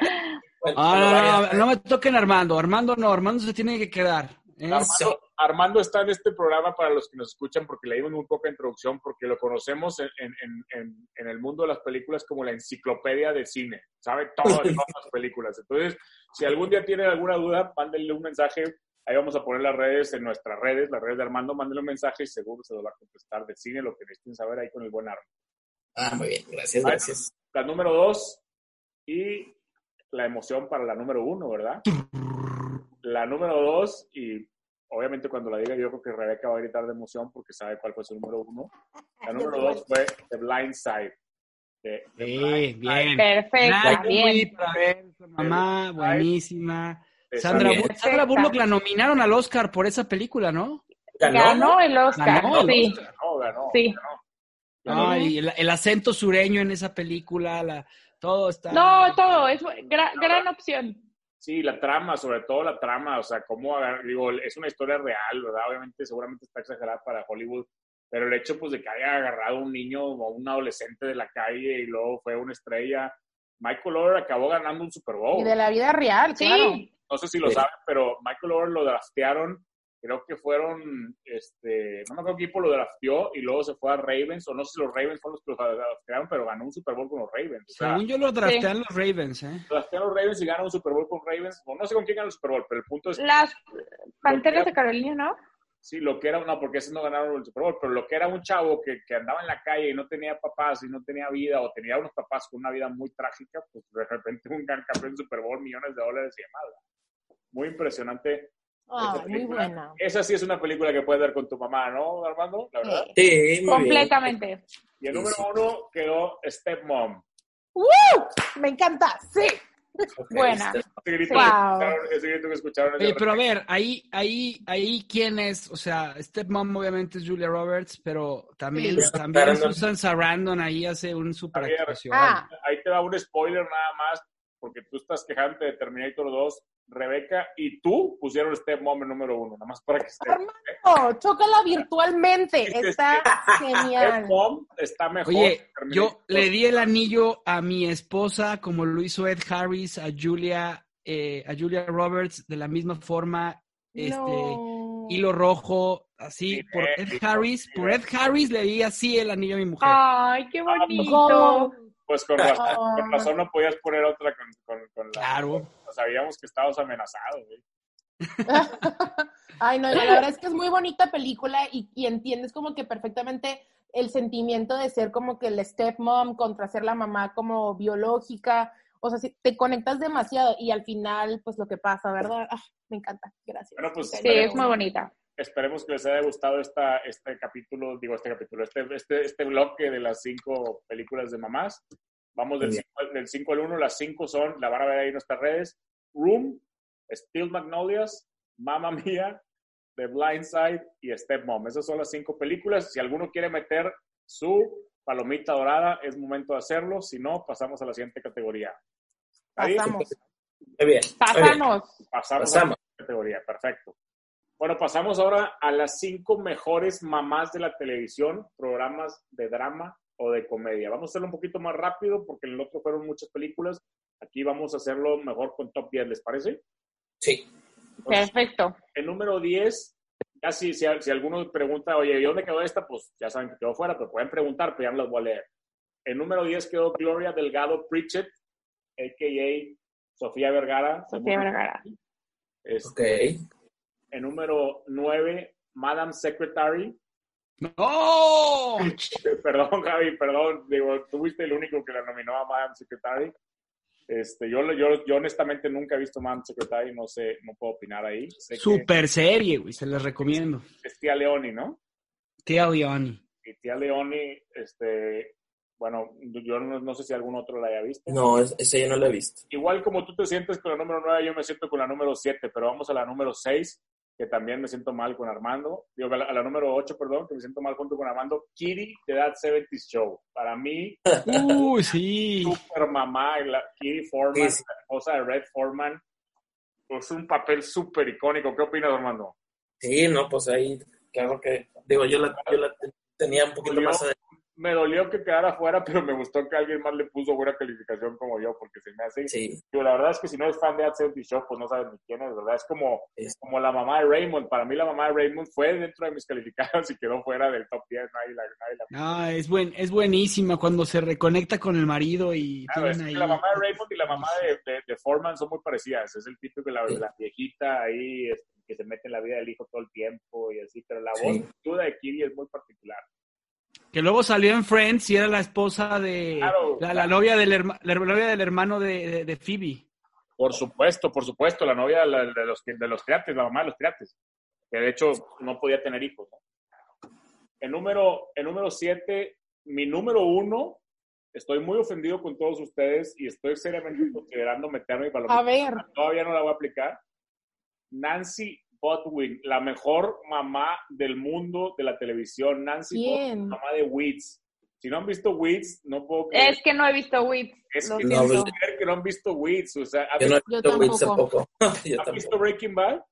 Speaker 7: bueno,
Speaker 10: Ah,
Speaker 7: pero
Speaker 10: no, no,
Speaker 7: vaya.
Speaker 10: no, no me toquen Armando, Armando no, Armando se tiene que quedar. ¿eh?
Speaker 6: Armando, Armando está en este programa para los que nos escuchan porque le dimos muy poca introducción porque lo conocemos en, en- en- en- en el mundo de las películas como la enciclopedia de cine. Sabe todo de todas las películas. Entonces, si algún día tienen alguna duda, mándenle un mensaje. Ahí vamos a poner las redes en nuestras redes, las redes de Armando. Mándenle un mensaje y seguro se lo va a contestar de cine, lo que necesiten saber ahí con el buen Armando.
Speaker 7: Ah, muy bien, gracias,
Speaker 6: Bueno.
Speaker 7: gracias.
Speaker 6: La número dos y la emoción para la número uno, ¿verdad? La número dos, y obviamente cuando la diga yo creo que Rebeca va a gritar de emoción porque sabe cuál fue su número uno. La número dos fue The Blind Side. de- de
Speaker 10: Sí,
Speaker 6: Blind
Speaker 10: bien.
Speaker 9: Perfecta,
Speaker 10: Nada,
Speaker 9: bien.
Speaker 10: Louis, para ver, su Mamá, buenísima.
Speaker 6: Side.
Speaker 10: Sandra,
Speaker 7: Bien.
Speaker 10: Bu- Sandra Bullock la nominaron al Oscar por esa película, ¿no?
Speaker 9: Ganó el Oscar,
Speaker 10: Ganó el
Speaker 9: sí.
Speaker 6: Ganó, ganó,
Speaker 9: Sí.
Speaker 6: ganó.
Speaker 10: Ah, y el, el acento sureño en esa película, la, todo está.
Speaker 9: No, todo, es bu- gra- gran opción.
Speaker 6: Sí, la trama, sobre todo la trama, o sea, cómo, agar- digo, es una historia real, ¿verdad? Obviamente, seguramente está exagerada para Hollywood, pero el hecho, pues, de que haya agarrado un niño o un adolescente de la calle y luego fue una estrella. Michael Orr acabó ganando un Super Bowl.
Speaker 8: Y de la vida real,
Speaker 9: Sí,
Speaker 8: claro.
Speaker 6: No sé si lo
Speaker 7: Sí.
Speaker 6: saben, pero Michael Orr lo draftearon, creo que fueron, este, no me acuerdo qué equipo lo drafteó y luego se fue a Ravens, o no sé si los Ravens fueron los que lo draftearon, pero ganó un Super Bowl con los Ravens. O sea,
Speaker 10: Según yo lo draftean los Ravens, ¿eh?
Speaker 6: draftearon los Ravens y ganaron un Super Bowl con Ravens, o no sé con quién ganó el Super Bowl, pero el punto es
Speaker 9: las panteras de Carolina, ¿no?
Speaker 6: Sí, lo que era, no, porque esos no ganaron el Super Bowl, pero lo que era un chavo que, que andaba en la calle y no tenía papás y no tenía vida, o tenía unos papás con una vida muy trágica, pues de repente un gran campeón Super Bowl, millones de dólares y demás. ¿verdad? Muy impresionante.
Speaker 8: Ay,
Speaker 6: esa
Speaker 8: muy
Speaker 6: película.
Speaker 8: buena.
Speaker 6: Esa sí es una película que puedes ver con tu mamá, ¿no, Armando? La verdad.
Speaker 8: Eh,
Speaker 7: Sí, muy
Speaker 9: Completamente.
Speaker 6: Y el
Speaker 7: Sí,
Speaker 6: número
Speaker 7: sí.
Speaker 6: uno quedó Step Mom.
Speaker 8: Me encanta, sí.
Speaker 9: Buena.
Speaker 6: Ese grito,
Speaker 9: Wow.
Speaker 6: que, escucharon, ese grito que escucharon.
Speaker 10: Oye, pero a ver, ahí, ahí, ahí, ¿quién es? O sea, Stepmom obviamente es Julia Roberts, pero también,
Speaker 7: Sí.
Speaker 10: también
Speaker 7: Sarandon.
Speaker 10: Susan Sarandon ahí hace un super actuación.
Speaker 8: Ah,
Speaker 6: Ahí te da un spoiler nada más, porque tú estás quejante de Terminator 2. Rebeca y tú pusieron este moment número uno, nada más para que esté.
Speaker 8: Armando, Oh, chócala virtualmente. Está
Speaker 6: Step
Speaker 8: genial.
Speaker 6: Mom está mejor.
Speaker 10: Oye,
Speaker 6: que Terminator
Speaker 10: yo
Speaker 6: 2.
Speaker 10: le di el anillo a mi esposa, como lo hizo Ed Harris, a Julia, eh, a Julia Roberts, de la misma forma, este,
Speaker 8: No.
Speaker 10: hilo rojo, así, por Ed
Speaker 6: Directo,
Speaker 10: Harris, por Ed Harris le di así el anillo a mi
Speaker 9: Eh,
Speaker 10: mujer.
Speaker 9: Ay, qué
Speaker 8: Go.
Speaker 9: bonito.
Speaker 6: Pues con razón,
Speaker 8: Ah.
Speaker 6: con razón no podías poner otra con, con, con la.
Speaker 10: Claro.
Speaker 6: Sabíamos que estabas amenazado, güey.
Speaker 8: Ay, no, la verdad es que es muy bonita película y, y entiendes como que perfectamente el sentimiento de ser como que el stepmom contra ser la mamá como biológica. O sea, sí, te conectas demasiado y al final, pues lo que pasa, ¿verdad? Ah, me encanta, gracias.
Speaker 6: Bueno, pues,
Speaker 9: Sí, es muy bonita.
Speaker 6: Esperemos que les haya gustado esta, este capítulo, digo, este capítulo, este, este, este bloque de las cinco películas de mamás. Vamos del
Speaker 7: Muy
Speaker 6: 5 del cinco al 1, las cinco son, la van a ver ahí en nuestras redes, Room, Steel Magnolias, Mamma Mía, The Blind Side y Step Mom. Esas son las cinco películas. Si alguno quiere meter su palomita dorada, es momento de hacerlo. Si no, pasamos a la siguiente categoría. Ahí
Speaker 8: Pasamos.
Speaker 7: Muy bien. muy bien.
Speaker 9: Pásanos.
Speaker 6: Pasamos,
Speaker 7: Pasamos.
Speaker 6: a la categoría, perfecto. Bueno, pasamos ahora a las cinco mejores mamás de la televisión, programas de drama o de comedia. Vamos a hacerlo un poquito más rápido porque en el otro fueron muchas películas. Aquí vamos a hacerlo mejor con top 10, ¿les parece?
Speaker 7: Sí.
Speaker 9: Perfecto.
Speaker 6: El número 10, ya si, si, si alguno pregunta, oye, ¿y dónde quedó esta? Pues ya saben que quedó fuera, pero pueden preguntar, pero ya no las voy a leer. El número 10 quedó Gloria Delgado Pritchett, a.k.a. Sofía Vergara.
Speaker 9: Sofía Vergara.
Speaker 6: Este,
Speaker 7: Ok.
Speaker 6: El número 9, Madam Secretary. (laughs)
Speaker 10: ¡No!
Speaker 6: Perdón, Javi, perdón. Digo, tú fuiste el único que la nominó a Madam Secretary. Este, yo, lo- yo, yo honestamente nunca he visto Madam Secretary, no sé, no puedo opinar ahí. Sé que
Speaker 10: Super serie, güey, se las recomiendo.
Speaker 6: es tía Leoni, ¿no?
Speaker 10: Tía Leoni.
Speaker 6: Y tía Leoni, este, bueno, yo no, no sé si algún otro la haya visto.
Speaker 7: No, es- esa yo no la he visto.
Speaker 6: Igual como tú te sientes con la número 9, yo me siento con la número 7, pero vamos a la número 6, que también me siento mal con Armando. Digo, a la, a la número 8, perdón, que me siento mal junto con Armando. Kitty de That 70 Show. Para mí,
Speaker 10: Uy, sí.
Speaker 6: super mamá, la- Kitty Foreman,
Speaker 7: Sí, sí.
Speaker 6: la esposa de Red Foreman. Es un papel súper icónico. ¿Qué opinas, Armando?
Speaker 7: Sí, no, pues ahí, claro que. Digo, yo la, yo la te- tenía un poquito
Speaker 6: Yo-
Speaker 7: más. adelante.
Speaker 6: Me dolió que quedara fuera, (laughs) pero me gustó que alguien más le puso buena calificación como yo, porque se me hace...
Speaker 7: Sí.
Speaker 6: Digo, la verdad es que si no es fan de That 70 Show, pues no sabes ni quién es, ¿verdad? Es como...
Speaker 7: sí.
Speaker 6: como la mamá de Raymond. Para mí la mamá de Raymond fue dentro de mis (laughs) calificados y quedó fuera del top 10. Nadie la, nadie la-
Speaker 10: No, es buen, es buenísima cuando se reconecta con el marido y
Speaker 6: Claro, Ah, es
Speaker 10: tienen
Speaker 6: que
Speaker 10: ahí-
Speaker 6: la mamá de Raymond y la mamá de, de- de Foreman son muy parecidas. Es el típico, la, la viejita ahí este, que se mete en la vida del hijo todo el tiempo y así. Pero la
Speaker 7: Sí.
Speaker 6: voz sin duda de Kitty es muy particular.
Speaker 10: Que luego salió en Friends y era la esposa de
Speaker 6: Claro.
Speaker 10: la, la novia del herma- la novia del hermano de, de- de Phoebe.
Speaker 6: Por supuesto, por supuesto, la novia de, la- de los, de los triates, la mamá de los triates, que de hecho no podía tener hijos. ¿no? El número el número siete, mi número uno, estoy muy ofendido con todos ustedes y estoy seriamente
Speaker 8: (laughs)
Speaker 6: considerando meterme para
Speaker 8: A ver,
Speaker 6: Todavía no la voy a aplicar. Nancy Botwin, la mejor mamá del mundo de la televisión. Nancy Botwin,
Speaker 8: ¿Quién?
Speaker 6: mamá de Wits. Si no han visto Wits, no puedo creer
Speaker 9: Es que no he visto Whips.
Speaker 6: Es
Speaker 9: Lo
Speaker 6: que
Speaker 7: no
Speaker 9: siento.
Speaker 7: hables-
Speaker 6: que no han visto Wits. O sea, ¿han
Speaker 7: Yo no he
Speaker 8: Yo
Speaker 7: visto Wits hace
Speaker 8: tampoco.
Speaker 7: poco. Yo
Speaker 6: ¿han visto
Speaker 7: tampoco. (laughs)
Speaker 6: Breaking Bad?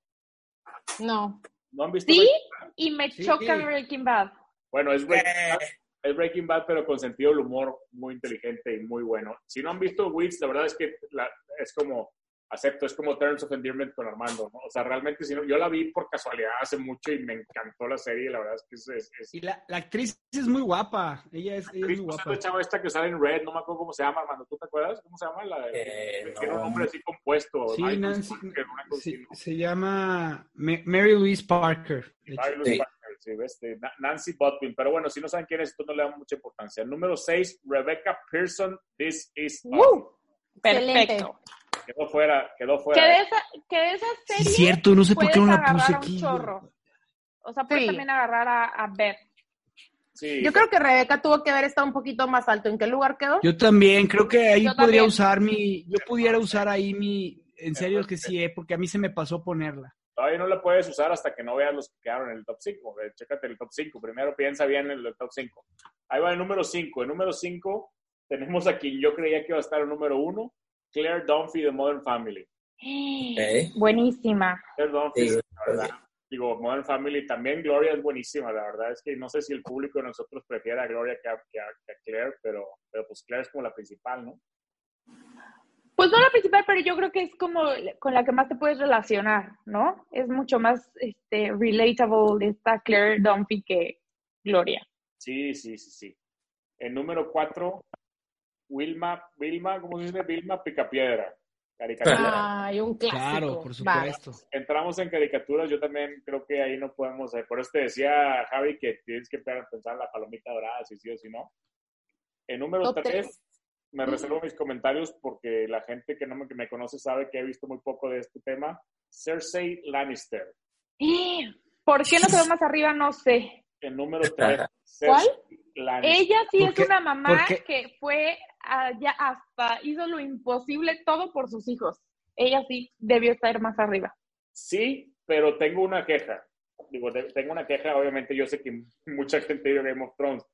Speaker 8: no.
Speaker 6: ¿No han visto
Speaker 9: Sí,
Speaker 6: Breaking
Speaker 9: y me
Speaker 10: Sí.
Speaker 9: choca Breaking Bad.
Speaker 6: Bueno, es Breaking,
Speaker 10: Eh.
Speaker 6: Bad, es Breaking Bad, pero con sentido del humor muy inteligente y muy bueno. Si no han visto Wits, la verdad es que la- es como, acepto, es como Terms of Endearment con Armando, ¿no? O sea, realmente, si no, yo la vi por casualidad hace mucho y me encantó la serie, la verdad es que es... es- es-
Speaker 10: Y la, la actriz es muy guapa. Ella es, ella es muy
Speaker 6: Cristo
Speaker 10: guapa.
Speaker 6: santo, chava esta que sale en Red, no me acuerdo cómo se llama, Armando, ¿tú te acuerdas? ¿Cómo se llama? La,
Speaker 7: Eh,
Speaker 6: que tiene un
Speaker 7: no.
Speaker 6: nombre así compuesto.
Speaker 10: Sí,
Speaker 6: Michael
Speaker 10: Nancy-
Speaker 6: Parker, una cosa así,
Speaker 10: Se,
Speaker 6: ¿no?
Speaker 10: se llama Ma- Mary Louise Parker. de hecho.
Speaker 6: Marvelous
Speaker 7: Sí.
Speaker 6: Partners, sí, ves, de Na- Nancy Botwin. Pero bueno, si no saben quién es, esto no le da mucha importancia. Número 6, Rebecca Pearson, This Is Us.
Speaker 8: ¡Woo!
Speaker 9: Perfecto.
Speaker 6: Quedó fuera, quedó
Speaker 9: Que
Speaker 6: fuera. ¿eh?
Speaker 9: de, esa, que de esa
Speaker 10: Sí,
Speaker 9: serie
Speaker 10: es cierto, no sé por
Speaker 9: puedes
Speaker 10: qué no la
Speaker 9: agarrar
Speaker 10: puse
Speaker 9: a un
Speaker 10: aquí.
Speaker 9: chorro. O sea, puedes
Speaker 8: Sí.
Speaker 9: también agarrar a, a Beth.
Speaker 6: Sí.
Speaker 8: Yo creo que Rebeca tuvo que haber estado un poquito más alto. ¿En qué lugar quedó?
Speaker 10: Yo también, creo que ahí
Speaker 8: Yo
Speaker 10: podría
Speaker 8: también.
Speaker 10: usar mi, yo pudiera usar ahí mi, en serio que sí, eh, porque a mí se me pasó ponerla.
Speaker 6: Todavía no la puedes usar hasta que no veas los que quedaron en el top 5. Chécate el top 5. Primero piensa bien en el top 5. Ahí va el número 5. El número 5 tenemos a quien yo creía que iba a estar el número 1, Claire Dunphy de Modern Family.
Speaker 10: Eh.
Speaker 7: Ok.
Speaker 9: Buenísima.
Speaker 6: Claire Dunphy,
Speaker 7: Sí,
Speaker 6: la verdad. Digo, Modern Family también. Gloria es buenísima. La verdad es que no sé si el público de nosotros prefiere a Gloria que a, que a- que a Claire, pero, pero pues Claire es como la principal, ¿no?
Speaker 9: Pues no la principal, pero yo creo que es como con la que más te puedes relacionar, ¿no? Es mucho más este, relatable esta Claire Dunphy que Gloria. (gasps)
Speaker 6: Sí, sí, sí, sí. El número 4, Wilma, Wilma, ¿cómo se dice? Wilma Picapiedra. Caricatura.
Speaker 8: Ay, un clásico.
Speaker 10: Claro, por
Speaker 8: Va.
Speaker 10: supuesto.
Speaker 6: entramos en caricaturas, yo también creo que ahí no podemos, eh, por eso te decía Javi que tienes que pe- pensar en la palomita dorada, si sí o si no. En número
Speaker 8: Top
Speaker 6: 3,
Speaker 8: tres.
Speaker 6: me reservo mis comentarios porque la gente que no me, que me conoce sabe que he visto muy poco de este tema. Cersei Lannister.
Speaker 9: ¿Por qué no se ve más arriba? No sé.
Speaker 6: En número 3,
Speaker 8: ¿Cuál?
Speaker 6: Lannister.
Speaker 9: Ella sí
Speaker 10: ¿Por
Speaker 9: es
Speaker 10: qué?
Speaker 9: una mamá
Speaker 10: ¿Por qué?
Speaker 9: que fue allá hasta hizo lo imposible todo por sus hijos. Ella sí debió estar más arriba.
Speaker 6: Sí, pero tengo una queja. Digo, te- tengo una queja, obviamente yo sé que (laughs) mucha gente vio Game of Thrones,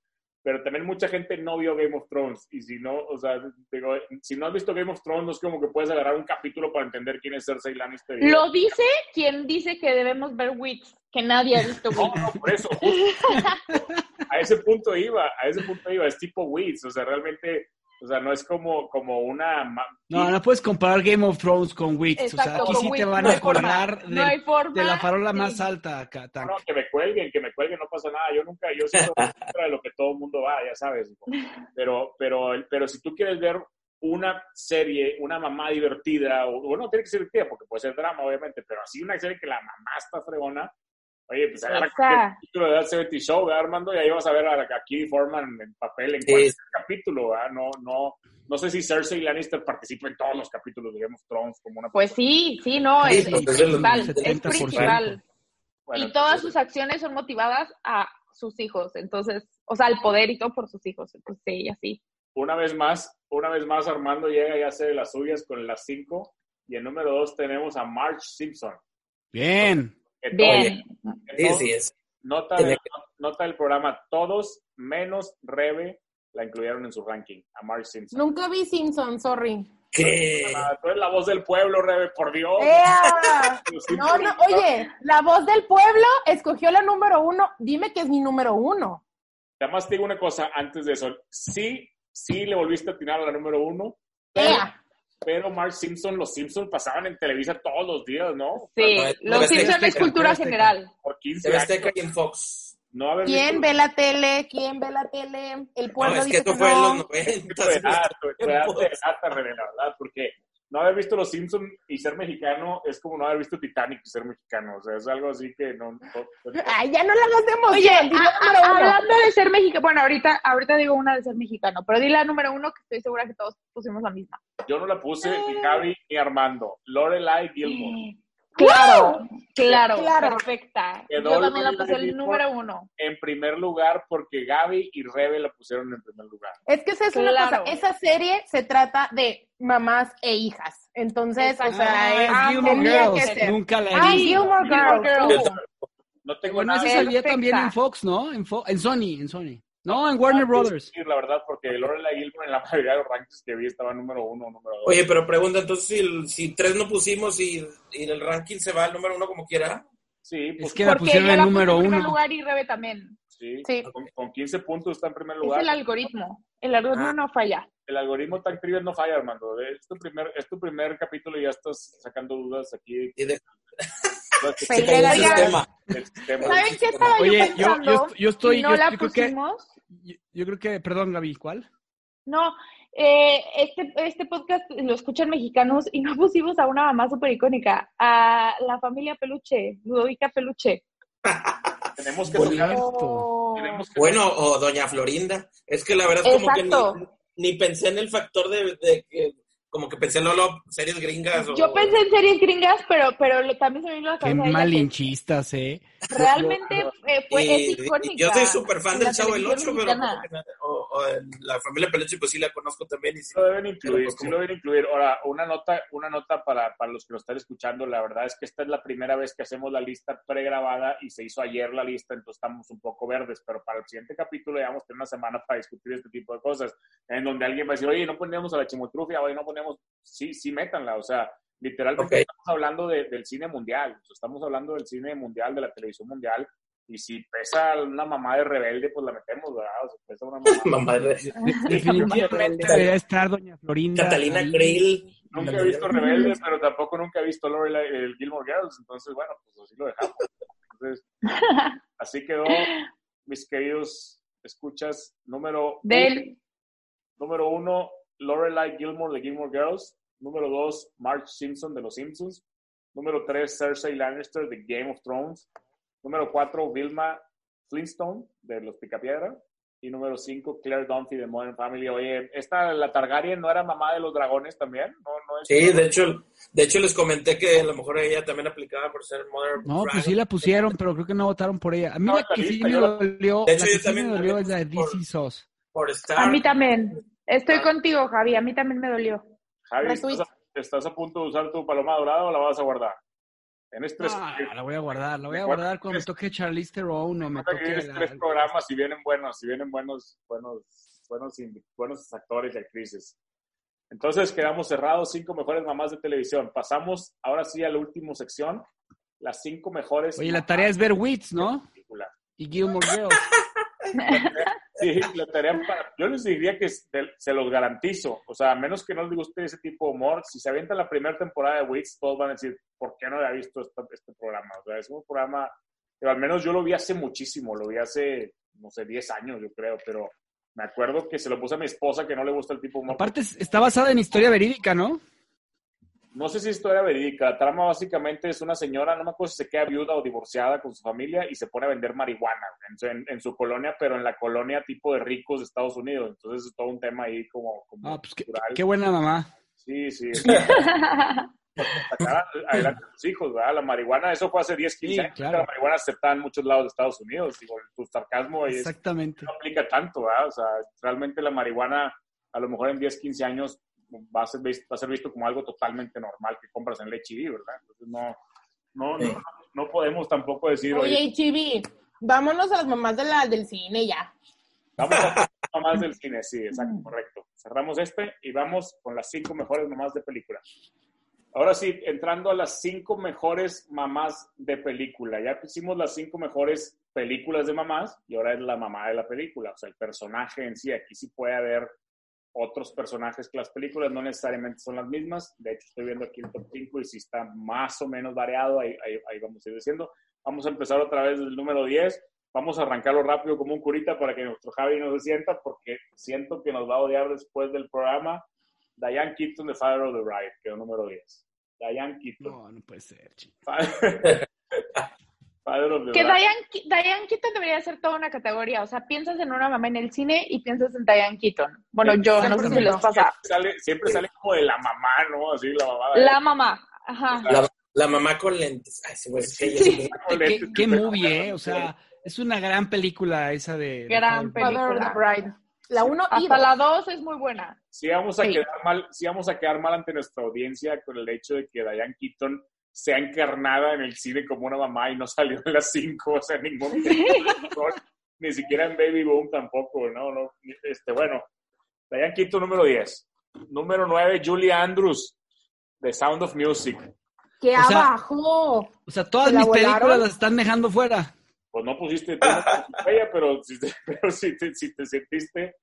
Speaker 6: pero también mucha gente no vio Game of Thrones. Y si no, o sea, digo, si no has visto Game of Thrones, no es como que puedes agarrar un capítulo para entender quién es Cersei Lannister. y-
Speaker 9: Lo dice quien dice que debemos ver Wits, que nadie ha visto
Speaker 6: No,
Speaker 9: Wits.
Speaker 6: no, por eso, justo. A ese punto iba, a ese punto iba, es tipo Wiz, o sea, realmente, o sea, no es como, como una... ma-
Speaker 10: No, no puedes comparar Game of Thrones con Wix. O sea, aquí
Speaker 9: con
Speaker 10: sí te
Speaker 9: Wits,
Speaker 10: van
Speaker 9: no
Speaker 10: a
Speaker 9: hay forma,
Speaker 10: acordar
Speaker 9: no hay
Speaker 10: de,
Speaker 9: forma,
Speaker 10: de la farola
Speaker 9: sí.
Speaker 10: más alta, Catán.
Speaker 6: No, que me cuelguen, que me cuelguen, no pasa nada. Yo nunca, yo siempre voy en contra de lo que todo el mundo va, ya sabes. hijo. Pero, pero, pero si tú quieres ver una serie, una mamá divertida, o bueno, tiene que ser divertida porque puede ser drama, obviamente, pero así una serie que la mamá está fregona, oye, pues agarra
Speaker 9: Esa.
Speaker 6: el título de Seventy Show, ¿verdad, Armando? Y ahí vas a ver a, a Kitty Foreman en papel en cualquier capítulo, ¿verdad? No, no, no sé si Cersei Lannister participa en todos los capítulos de Game of Thrones como una...
Speaker 9: Pues sí, sí, no, es,
Speaker 7: Sí,
Speaker 9: es
Speaker 7: pues es lo-
Speaker 9: principal, es
Speaker 10: 70%.
Speaker 9: principal.
Speaker 6: Bueno,
Speaker 9: y todas sus acciones son motivadas a sus hijos, entonces, o sea, al poder y todo por sus hijos, entonces sí, ella sí.
Speaker 6: una vez más, una vez más Armando llega y hace las suyas con las cinco. Y en número dos tenemos a Marge Simpson.
Speaker 10: Bien.
Speaker 6: Que
Speaker 9: Bien,
Speaker 6: todos- que
Speaker 7: Sí,
Speaker 6: todos-
Speaker 7: sí, es.
Speaker 6: Nota, del, nota del programa, todos menos Rebe la incluyeron en su ranking, a Marge Simpson.
Speaker 8: Nunca vi Simpson, sorry.
Speaker 7: ¿Qué?
Speaker 6: Ah, tú eres la voz del pueblo, Rebe, por Dios.
Speaker 8: ¡Ea!
Speaker 6: Los Simpson-
Speaker 8: Eh, (laughs) No, no, oye, la voz del pueblo escogió la número uno. Dime que es mi número uno.
Speaker 6: Además, te digo una cosa antes de eso. Sí, sí le volviste a atinar a la número uno,
Speaker 8: Ea.
Speaker 6: pero Marge Simpson, los Simpsons pasaban en Televisa todos los días, ¿no?
Speaker 9: sí,
Speaker 7: no, es- no
Speaker 9: los
Speaker 7: es
Speaker 9: Simpson
Speaker 10: Azteca,
Speaker 9: es cultura
Speaker 10: no es Azteca.
Speaker 9: general.
Speaker 6: Por 15
Speaker 7: Se ve
Speaker 6: años.
Speaker 7: Azteca y en Fox.
Speaker 6: No haber
Speaker 8: ¿Quién
Speaker 6: visto-
Speaker 8: ve la tele? ¿Quién ve la tele? El
Speaker 7: No,
Speaker 8: pueblo
Speaker 7: es que
Speaker 8: dice que
Speaker 7: esto fue en los
Speaker 8: Pues no.
Speaker 7: (laughs) 90.
Speaker 6: Fue harto, fue harto de lata, René, la verdad, porque no haber visto Los Simpsons y ser mexicano es como no haber visto Titanic y ser mexicano. O sea, es algo así que no. no- no-
Speaker 8: Ay, ya no la hagas de emoción.
Speaker 9: Oye,
Speaker 8: di
Speaker 9: a-
Speaker 8: la número uno.
Speaker 9: a- Ah, hablando de ser mexicano, bueno, ahorita, ahorita digo una de ser mexicano, pero di la número uno que estoy segura que todos pusimos la misma.
Speaker 6: yo no la puse ni Javi ni Armando. Lorelai Gilmore.
Speaker 9: Claro, claro,
Speaker 8: Claro.
Speaker 9: perfecta.
Speaker 6: Quedó
Speaker 9: Yo también la
Speaker 6: Lorelai
Speaker 9: puse el
Speaker 6: Gilmore.
Speaker 9: número uno.
Speaker 6: En primer lugar, porque Gaby y Rebe la pusieron en primer lugar.
Speaker 8: Es que esa es una
Speaker 9: Claro.
Speaker 8: cosa. Esa serie se trata de mamás e hijas. Entonces, o sea, es-
Speaker 10: Ah,
Speaker 9: Ah,
Speaker 10: es Gilmore
Speaker 9: tenía que
Speaker 10: Girls.
Speaker 9: ser. Ah,
Speaker 10: Nunca la he
Speaker 8: Ay,
Speaker 10: visto.
Speaker 8: Gilmore Girls.
Speaker 9: Girls.
Speaker 6: No tengo
Speaker 10: Bueno,
Speaker 6: nada
Speaker 10: esa
Speaker 9: Perfecta. Ah,
Speaker 10: salía también en Fox, ¿no? En, Fo- en Sony, en Sony. No, en Warner Brothers.
Speaker 6: decir, la verdad, porque Lorelai Gilmore en la mayoría de los rankings que vi estaba número uno o número dos.
Speaker 7: Oye, pero pregunta, entonces si, el- si tres no pusimos y, y el ranking se va al número uno como quiera.
Speaker 6: sí, pues
Speaker 10: Es que la
Speaker 9: Porque
Speaker 10: pusieron
Speaker 9: yo
Speaker 10: en
Speaker 9: la puse
Speaker 10: número
Speaker 9: en primer
Speaker 10: uno.
Speaker 9: lugar y Rebe también.
Speaker 6: sí.
Speaker 8: Sí.
Speaker 6: Con, con 15 puntos está en primer
Speaker 9: Es
Speaker 6: lugar.
Speaker 9: el algoritmo. El algoritmo
Speaker 7: Ah.
Speaker 9: no falla.
Speaker 6: el algoritmo tan trivial no falla, Armando. Es tu primer, es tu primer capítulo y ya estás sacando dudas aquí
Speaker 7: Y de,
Speaker 9: Pues
Speaker 8: Sí,
Speaker 7: como un
Speaker 8: oigan.
Speaker 7: sistema.
Speaker 6: del sistema.
Speaker 9: ¿Saben qué estaba
Speaker 10: Oye,
Speaker 9: yo
Speaker 10: yo- yo
Speaker 9: pensando?
Speaker 10: est- yo estoy-
Speaker 9: y no
Speaker 10: yo-
Speaker 9: la
Speaker 10: yo creo que-
Speaker 9: pusimos.
Speaker 10: Yo, yo creo que, perdón, Gaby, ¿cuál?
Speaker 9: No, eh, este, este podcast lo escuchan mexicanos y no (laughs) pusimos a una mamá súper icónica, a la familia Peluche, Ludovica Peluche.
Speaker 6: Tenemos que sacar,
Speaker 8: Oh.
Speaker 6: tenemos que
Speaker 7: Bueno, o Doña Florinda. Es que la verdad es como
Speaker 9: Exacto.
Speaker 7: que ni, ni pensé en el factor de, de que como que pensé Lolo, series gringas. O...
Speaker 9: Oh, Yo pensé en series gringas, pero, pero lo- también se me vino a la
Speaker 10: Qué
Speaker 9: cabeza. de ella
Speaker 10: malinchistas, ¿eh?
Speaker 9: que Realmente eh, fue
Speaker 7: Y-
Speaker 9: es icónica.
Speaker 7: y yo soy súper fan
Speaker 9: en
Speaker 7: del
Speaker 9: la
Speaker 7: Chavo del Ocho,
Speaker 9: televisión
Speaker 7: pero
Speaker 9: mexicana.
Speaker 7: como que no- o, o en la familia Peluche, pues sí la conozco también. Y sí.
Speaker 6: lo deben incluir,
Speaker 7: Pero, pues,
Speaker 6: sí lo deben incluir. Ahora, una nota, una nota para, para los que lo están escuchando, la verdad es que esta es la primera vez que hacemos la lista pregrabada y se hizo ayer la lista, entonces estamos un poco verdes, pero para el siguiente capítulo ya vamos a tener una semana para discutir este tipo de cosas, en donde alguien va a decir, oye, no ponemos a la chimotrufia, oye, no ponemos, sí, sí, métanla, o sea, literalmente
Speaker 7: Ok.
Speaker 6: estamos hablando de- del cine mundial, o sea, estamos hablando del cine mundial, de la televisión mundial, y si pesa una mamá de rebelde, pues la metemos, ¿verdad? O sea, pesa una (laughs)
Speaker 7: Mamá
Speaker 6: mamá. (laughs)
Speaker 7: de-
Speaker 10: Definitivamente debería estar Doña Florinda.
Speaker 7: Catalina
Speaker 10: ahí.
Speaker 7: Creel.
Speaker 6: Nunca he visto Rebelde, pero tampoco nunca he visto Lorelai, el Gilmore Girls, entonces bueno, pues así lo dejamos. Entonces, así quedó, mis queridos escuchas, número,
Speaker 9: Del,
Speaker 6: número uno, Lorelai Gilmore de Gilmore Girls, número dos, Marge Simpson de Los Simpsons, número tres, Cersei Lannister de Game of Thrones, número cuatro, Vilma Flintstone de Los Picapiedra, y número cinco, Claire Dunphy de Modern Family. Oye, esta, la Targaryen, ¿no era mamá de los dragones también? No, no es
Speaker 7: Sí, de hecho, de hecho les comenté que a lo mejor ella también aplicaba por ser Mother.
Speaker 10: No,
Speaker 7: Dragon.
Speaker 10: pues sí la pusieron, pero creo que no votaron por ella. A mí
Speaker 6: No,
Speaker 10: la que
Speaker 6: la
Speaker 10: sí
Speaker 6: lista,
Speaker 10: me
Speaker 6: yo la-
Speaker 10: dolió,
Speaker 7: De hecho, yo
Speaker 10: la que sí me
Speaker 7: también la
Speaker 10: dolió es la de
Speaker 7: puse por-
Speaker 10: DC SOS.
Speaker 7: Por estar.
Speaker 9: a mí también. Estoy contigo, Javi. A mí también me dolió.
Speaker 6: Javi,
Speaker 8: Retweet.
Speaker 6: estás a, estás a punto de usar tu paloma dorada o la vas a guardar? En estos
Speaker 10: Ah,
Speaker 6: tres,
Speaker 10: la voy a guardar, la voy a
Speaker 6: Recuerda
Speaker 10: guardar cuando me
Speaker 6: que-
Speaker 10: toque Charlize Theron o me
Speaker 6: recuerda que
Speaker 10: toque
Speaker 6: vienes
Speaker 10: la-
Speaker 6: tres programas y vienen buenos, y vienen buenos, buenos, buenos, indi- buenos actores y actrices. Entonces quedamos cerrados, cinco mejores mamás de televisión. Pasamos ahora sí a la última sección, las cinco mejores.
Speaker 10: Oye, la
Speaker 6: mamás
Speaker 10: tarea es ver Wits, ¿no?
Speaker 6: de película.
Speaker 10: Y Gilmore Girls.
Speaker 6: (laughs) Sí, la tarea para- Yo les diría que se, se los garantizo. O sea, a menos que no les guste ese tipo de humor, si se avienta la primera temporada de Wits, todos van a decir, ¿por qué no había visto esta- este, programa? O sea, es un programa, pero al menos yo lo vi hace muchísimo, lo vi hace, no sé, 10 años, yo creo, pero me acuerdo que se lo puse a mi esposa que no le gusta el tipo de humor.
Speaker 10: Aparte, es- está basada en historia verídica, ¿no?
Speaker 6: No sé si es historia verídica. La trama básicamente es una señora, no me acuerdo si se queda viuda o divorciada con su familia y se pone a vender marihuana en su, en- en su colonia, pero en la colonia tipo de ricos de Estados Unidos. Entonces es todo un tema ahí como, como
Speaker 10: Ah, pues qué,
Speaker 6: cultural.
Speaker 10: qué buena mamá.
Speaker 6: Sí, sí. (laughs) Sacar adelante a tus hijos, ¿verdad? La marihuana, eso fue hace 10, 15
Speaker 10: Sí,
Speaker 6: años.
Speaker 10: claro.
Speaker 6: La marihuana aceptada en muchos lados de Estados Unidos. Digo, tu sarcasmo ahí es
Speaker 10: Exactamente.
Speaker 6: no aplica tanto, ¿verdad? O sea, realmente la marihuana a lo mejor en 10, 15 años va a ser, vis- va a ser visto como algo totalmente normal que compras en Leche ¿verdad? Entonces no, no, no, no podemos tampoco decir,
Speaker 8: Oye,
Speaker 6: oye,
Speaker 8: y Chibi, vámonos a las mamás de la, del cine ya.
Speaker 6: vamos a mamás del cine, sí, exacto, correcto. Cerramos este y vamos con las cinco mejores mamás de película. Ahora sí, entrando a las cinco mejores mamás de película. Ya hicimos las cinco mejores películas de mamás y ahora es la mamá de la película, o sea, el personaje en sí. Aquí sí puede haber otros personajes que las películas no necesariamente son las mismas. De hecho, estoy viendo aquí el top 5 y si está más o menos variado, ahí, ahí- ahí vamos a ir diciendo. Vamos a empezar otra vez del número 10. Vamos a arrancarlo rápido como un curita para que nuestro Javi no se sienta, porque siento que nos va a odiar después del programa. Diane Keaton, The Father of the Bride, quedó número 10. Diane Keaton,
Speaker 10: No, no puede ser, chico.
Speaker 6: Father, Father of the
Speaker 9: Que
Speaker 6: Bride.
Speaker 9: Diane, Ke- Diane Keaton debería ser toda una categoría. O sea, piensas en una mamá en el cine y piensas en Diane Keaton. Bueno, yo no sé si les pasa.
Speaker 6: Sale- siempre sale como de la mamá, ¿no? Así la mamá. de-
Speaker 9: La mamá. Ajá.
Speaker 7: La, la mamá con lentes. Ay, sí, güey, es que ella
Speaker 6: Sí.
Speaker 7: sí.
Speaker 10: Qué, qué movie, ¿eh? O sea, es una gran película esa de...
Speaker 9: Gran
Speaker 10: de-
Speaker 9: película.
Speaker 8: La uno y
Speaker 9: Hasta
Speaker 8: dos.
Speaker 9: la 2 es muy buena.
Speaker 6: sí vamos a
Speaker 9: Sí.
Speaker 6: quedar mal, sí vamos a quedar mal ante nuestra audiencia con el hecho de que Diane Keaton sea encarnada en el cine como una mamá y no salió en las 5, o sea, en ningún ni siquiera en Baby Boom tampoco, no, no, este, bueno, Diane Keaton número 10, número 9, Julie Andrews, The Sound of Music,
Speaker 8: ¡Qué
Speaker 10: O sea-
Speaker 8: abajo!
Speaker 10: O sea, todas
Speaker 8: ¿Se la
Speaker 10: mis películas
Speaker 8: volaron?
Speaker 10: las están dejando fuera.
Speaker 6: pues no pusiste tú, ella, pero, si te- (laughs) pero si, te, si te sentiste,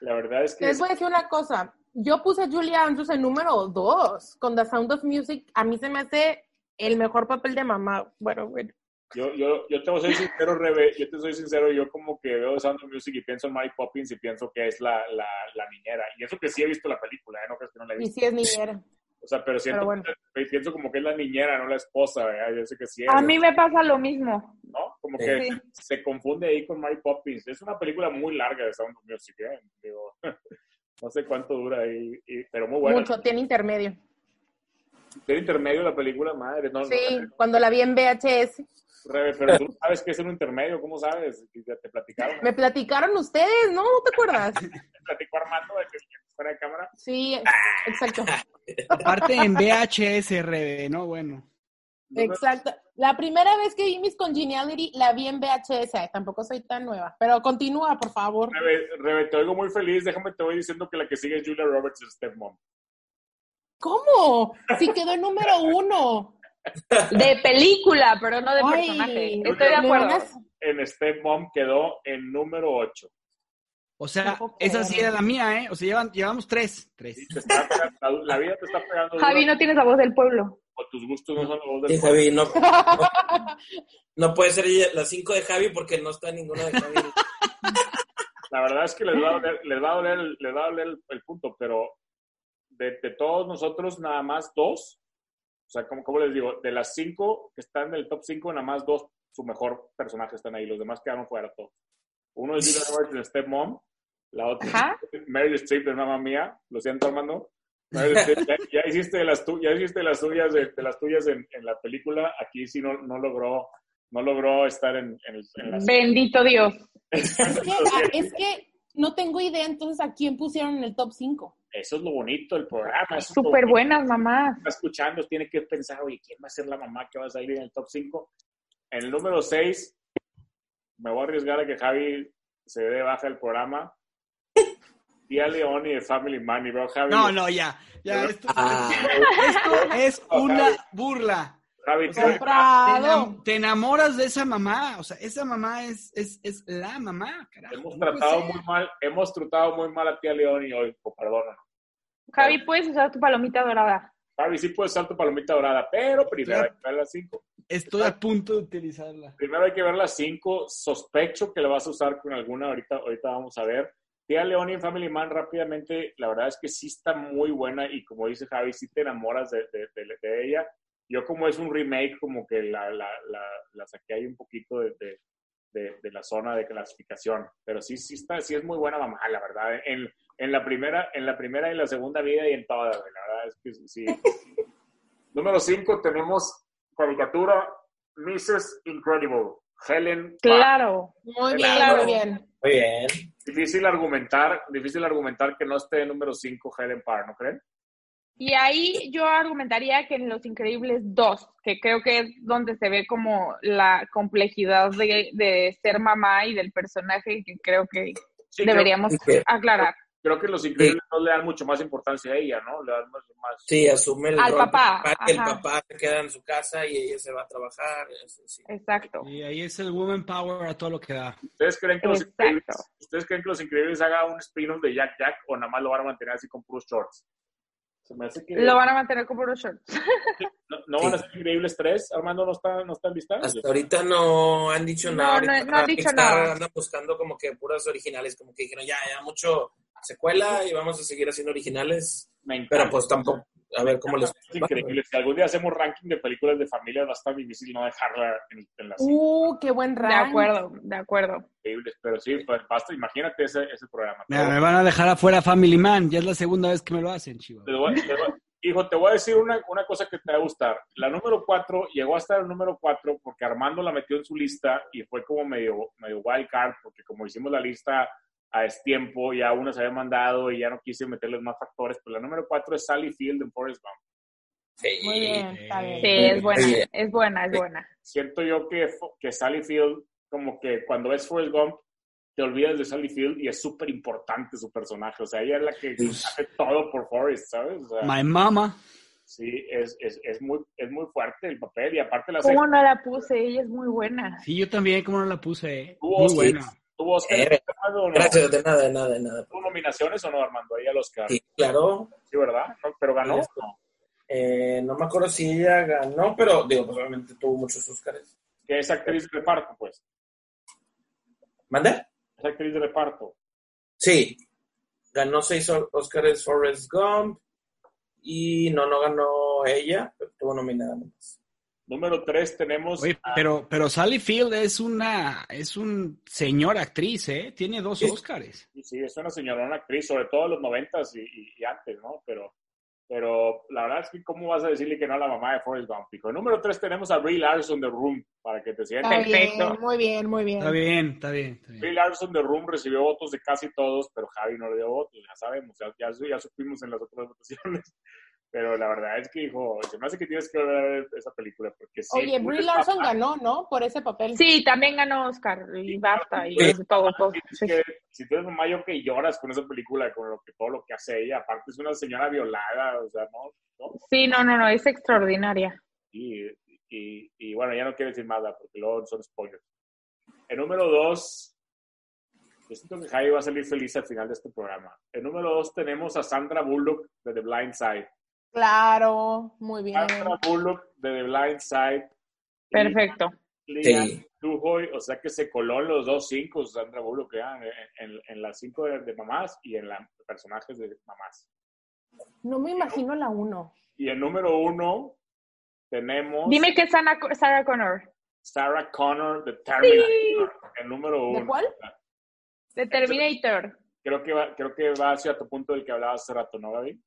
Speaker 6: la verdad es que...
Speaker 8: Les voy a decir una cosa. Yo puse a Julia Andrews en número dos con The Sound of Music. A mí se me hace el mejor papel de mamá. Bueno, bueno.
Speaker 6: Yo, yo, yo te voy a ser sincero, Rebe, yo te soy sincero, yo como que veo Sound of Music y pienso en Mary Poppins y pienso que es la, la, la niñera. Y eso que sí he visto la película, ¿eh? no crees que no la he
Speaker 8: Y
Speaker 6: visto.
Speaker 8: si es niñera.
Speaker 6: O sea, pero siento,
Speaker 8: Pero bueno.
Speaker 6: que- pienso como que es la niñera, no la esposa, ¿verdad? Yo sé que sí es,
Speaker 9: A mí me pasa lo mismo.
Speaker 6: ¿no? Como
Speaker 7: Sí.
Speaker 6: que
Speaker 9: Sí.
Speaker 6: se confunde ahí con Mary Poppins. Es una película muy larga de Sound of Music, ¿eh? Digo, (laughs) No sé cuánto dura, ahí, y- pero muy buena.
Speaker 8: Mucho, tiene intermedio.
Speaker 6: Tiene intermedio la película, madre. No,
Speaker 8: Sí,
Speaker 6: no,
Speaker 8: cuando la vi en VHS.
Speaker 6: Rebe, pero tú sabes que es un intermedio, ¿cómo sabes? Y ya te platicaron.
Speaker 8: Me platicaron ustedes, ¿no? ¿No te acuerdas?
Speaker 6: Me platicó Armando de que fuera de cámara.
Speaker 8: Sí, exacto.
Speaker 10: Aparte en VHS, Rebe, ¿no? Bueno.
Speaker 8: Exacto. La primera vez que vi Miss Congeniality la vi en VHS. Ay, tampoco soy tan nueva. Pero continúa, por favor.
Speaker 6: Rebe, Rebe, te oigo muy feliz. Déjame te voy diciendo que la que sigue es Julia Roberts en Stepmom.
Speaker 8: ¿Cómo? Si quedó en número uno.
Speaker 9: De película, pero no (laughs) de
Speaker 8: Ay,
Speaker 9: personaje. Estoy de
Speaker 8: ¿me van
Speaker 9: acuerdo.
Speaker 8: a-
Speaker 6: En Stepmom quedó en número 8.
Speaker 10: O sea,
Speaker 8: Tampoco,
Speaker 10: esa sí
Speaker 8: Rebe.
Speaker 10: era la mía, ¿eh? O sea, llevan- llevamos tres. Tres.
Speaker 6: la, la vida te está pegando duro,
Speaker 9: Javi, no tienes la voz del pueblo.
Speaker 6: o tus gustos no son los
Speaker 7: Sí,
Speaker 6: del pueblo.
Speaker 7: Javi, no, no, no puede ser ella- las cinco de Javi porque no está ninguna de Javi.
Speaker 6: La verdad es que les va a doler, les va a doler, el- les va a doler el, el punto, pero de, de todos nosotros, nada más dos. O sea, ¿cómo, cómo les digo? De las cinco que están en el top cinco, nada más dos, su mejor personaje están ahí. Los demás quedaron fuera todos. Uno es Julia Roberts en Step Mom. La otra
Speaker 9: Ajá.
Speaker 6: es Meryl Streep de Mamma Mía. Lo siento, Armando. Meryl Streep, ya, ya hiciste de las, tu- ya hiciste de las tuyas, de, de las tuyas en, en la película. Aquí sí no, no logró no logró estar en, en, el- en las...
Speaker 9: Bendito Dios.
Speaker 8: Es que, ah, es que no tengo idea entonces a quién pusieron en el top 5.
Speaker 6: Eso es lo bonito del programa. eso es lo
Speaker 9: Súper
Speaker 6: bonito.
Speaker 9: buenas, mamás.
Speaker 6: está escuchando tiene que pensar, oye, ¿quién va a ser la mamá que va a salir en el top 5? En el número 6, me voy a arriesgar a que Javi se dé de baja el programa. Tía León y de Family Money, bro. Javi,
Speaker 10: No, no, ya. Ya, esto,
Speaker 6: ah,
Speaker 10: esto es una burla.
Speaker 6: Javi,
Speaker 10: O
Speaker 6: te
Speaker 10: sea,
Speaker 6: doy-
Speaker 10: Te,
Speaker 8: Comprado.
Speaker 10: enam- te enamoras de esa mamá. O sea, esa mamá es, es, es la mamá, carajo.
Speaker 6: hemos
Speaker 10: No puede
Speaker 6: tratado
Speaker 10: ser.
Speaker 6: muy mal, hemos tratado muy mal a Tía León y hoy, pues, perdona.
Speaker 9: Javi, puedes usar tu palomita dorada.
Speaker 6: Javi, sí puedes usar tu palomita dorada, pero primero hay que ver las 5.
Speaker 10: Estoy a punto de utilizarla.
Speaker 6: Primero hay que ver las 5. Sospecho que la vas a usar con alguna, ahorita, ahorita vamos a ver. Tía León y en Family Man rápidamente, la verdad es que sí está muy buena y como dice Javi, sí te enamoras de, de- de- de ella. Yo como es un remake, como que la, la, la, la saqué ahí un poquito de, de- de- de la zona de clasificación, pero sí, sí, está, sí es muy buena mamá, la verdad. En, en, la primera, en la primera y la segunda vida y en todas, güey, la verdad es que sí. Número 5 tenemos caricatura Mrs. Incredible, Helen. Parr.
Speaker 9: Claro.
Speaker 8: Muy bien,
Speaker 9: Claro.
Speaker 8: muy bien.
Speaker 7: Muy bien.
Speaker 6: Difícil argumentar, difícil argumentar que no esté en número 5 Helen Parr, ¿no creen?
Speaker 9: Y ahí yo argumentaría que en Los Increíbles 2, que creo que es donde se ve como la complejidad de, de ser mamá y del personaje que creo que
Speaker 6: Sí,
Speaker 9: deberíamos
Speaker 7: creo-
Speaker 9: aclarar.
Speaker 6: Creo, creo que los increíbles no le dan mucho más importancia a ella, ¿no? Le dan más. más-
Speaker 7: Sí, asume el
Speaker 9: Al
Speaker 7: rol del
Speaker 9: papá,
Speaker 7: y el
Speaker 9: ajá.
Speaker 7: papá se queda en su casa y ella se va a trabajar. eso sí.
Speaker 9: Ah, Exacto.
Speaker 10: Y ahí es el woman power a todo lo que da.
Speaker 6: ¿Ustedes, creen que los
Speaker 9: Exacto.
Speaker 6: increíbles, ¿Ustedes creen que los increíbles haga un spin-off de Jack Jack o nada más lo van a mantener así con puros shorts? Se me hace que.
Speaker 9: Lo van a mantener como unos shorts.
Speaker 6: ¿No, no van a ser increíbles tres? Armando no está, no está lista.
Speaker 7: Hasta ahorita no han dicho
Speaker 9: No,
Speaker 7: nada.
Speaker 9: no-
Speaker 7: ahorita
Speaker 9: no han dicho
Speaker 7: Pixar
Speaker 9: nada.
Speaker 7: Anda buscando como que puras originales, como que dijeron ya, ya mucho secuela y vamos a seguir haciendo originales.
Speaker 6: Me encanta.
Speaker 7: Pero pues tampoco, a ver cómo les.
Speaker 6: Es increíble. Si algún día hacemos ranking de películas de familia, va a estar difícil no dejarla en, en las
Speaker 8: Uh, qué buen
Speaker 9: De
Speaker 8: rango.
Speaker 9: acuerdo, de acuerdo.
Speaker 6: increíbles. Pero sí, pues, basta, imagínate ese, ese programa.
Speaker 10: Mira, me van a dejar afuera Family Man. Ya es la segunda vez que me lo hacen, chivo.
Speaker 6: Te voy- te voy- hijo, te voy a decir una, una cosa que te va a gustar. La número 4 llegó a estar el número 4 porque Armando la metió en su lista y fue como medio, medio wild card, porque como hicimos la lista a destiempo, ya uno se había mandado y ya no quise meterles más factores, pero la número 4 es Sally Field en Forrest Gump.
Speaker 7: Sí.
Speaker 8: Muy bien, está bien.
Speaker 9: Sí, es buena,
Speaker 7: Sí.
Speaker 9: es buena, es buena.
Speaker 6: siento yo que, fo- que Sally Field, como que cuando ves Forrest Gump, te olvidas de Sally Field y es súper importante su personaje. O sea, ella es la que hace todo por Forrest, ¿sabes? O sea,
Speaker 10: My mama.
Speaker 6: sí, es, es, es, muy, es muy fuerte el papel y aparte la
Speaker 9: ¿Cómo
Speaker 6: serie
Speaker 9: no la puse? Ella es muy buena.
Speaker 10: Sí, yo también, como no la puse, eh.
Speaker 6: Tú,
Speaker 10: Muy
Speaker 6: sí.
Speaker 10: buena.
Speaker 6: tuvo Oscar
Speaker 7: Eh,
Speaker 6: Armando, o no?
Speaker 7: Gracias, de nada, de nada, de nada.
Speaker 6: ¿Tuvo nominaciones o no, Armando? Ahí al Oscar. Sí,
Speaker 7: Sí, Este. claro.
Speaker 6: ¿verdad? No, pero ganó.
Speaker 7: Sí. Eh, no me acuerdo si ella ganó, pero digo, pues obviamente tuvo muchos Óscares.
Speaker 6: Que es actriz de reparto, pues.
Speaker 7: ¿Mande?
Speaker 6: Es actriz de reparto.
Speaker 7: Sí. Ganó seis Ó- Óscares Forrest Gump y no, no ganó ella, pero estuvo nominada nomás.
Speaker 6: Número tres tenemos.
Speaker 10: Oye, pero, pero Sally Field es una, es un señor actriz, ¿eh? Tiene dos
Speaker 6: Sí.
Speaker 10: Óscares.
Speaker 6: Sí, sí, es una señorona actriz, sobre todo en los noventas y, y- y antes, ¿no? Pero, pero la verdad es que, ¿cómo vas a decirle que no a la mamá de Forrest Gump? Pico? Número tres tenemos a Brie Larson de Room, para que te sientas.
Speaker 8: Está
Speaker 7: Perfecto.
Speaker 8: bien, muy bien, muy bien.
Speaker 10: Está bien, está bien, está bien.
Speaker 6: Brie Larson de Room recibió votos de casi todos, pero Javi no le dio votos, ya sabemos, ya, ya, ya supimos en las otras (laughs) votaciones. Pero la verdad es que dijo, se me hace que tienes que volver a ver esa película, porque sí.
Speaker 8: Oye,
Speaker 6: muy
Speaker 8: Brie Larson
Speaker 6: destapado.
Speaker 8: ganó, ¿no? Por ese papel.
Speaker 9: Sí, también ganó Oscar y basta y
Speaker 6: Sí.
Speaker 9: todo, todo.
Speaker 6: Tienes
Speaker 9: Sí.
Speaker 6: que- si tú eres mamá, yo que lloras con esa película, con lo que, todo lo que hace ella. Aparte es una señora violada, o sea, no, no,
Speaker 9: Sí, no, no, no, es extraordinaria.
Speaker 6: Y, y- y bueno, ya no quiero decir nada porque luego son spoilers. El número dos, yo siento que Javi va a salir feliz al final de este programa. El número dos tenemos a Sandra Bullock de The Blind Side.
Speaker 8: Claro, muy bien.
Speaker 6: Sandra Bullock de The Blind Side. y
Speaker 9: Perfecto.
Speaker 6: Lea
Speaker 7: Sí.
Speaker 6: Duhoy, o sea que se coló en los dos cinco, Sandra Bullock, ya, en, en- en las cinco de, de mamás y en la personajes de mamás.
Speaker 8: No me imagino la uno.
Speaker 6: Y el número uno tenemos
Speaker 9: Dime que es Ana- Sarah Connor.
Speaker 6: Sarah Connor de Terminator, el número uno.
Speaker 8: ¿De cuál?
Speaker 9: De Terminator.
Speaker 6: creo que va, creo que va hacia tu punto del que hablabas hace rato, ¿no, Gaby?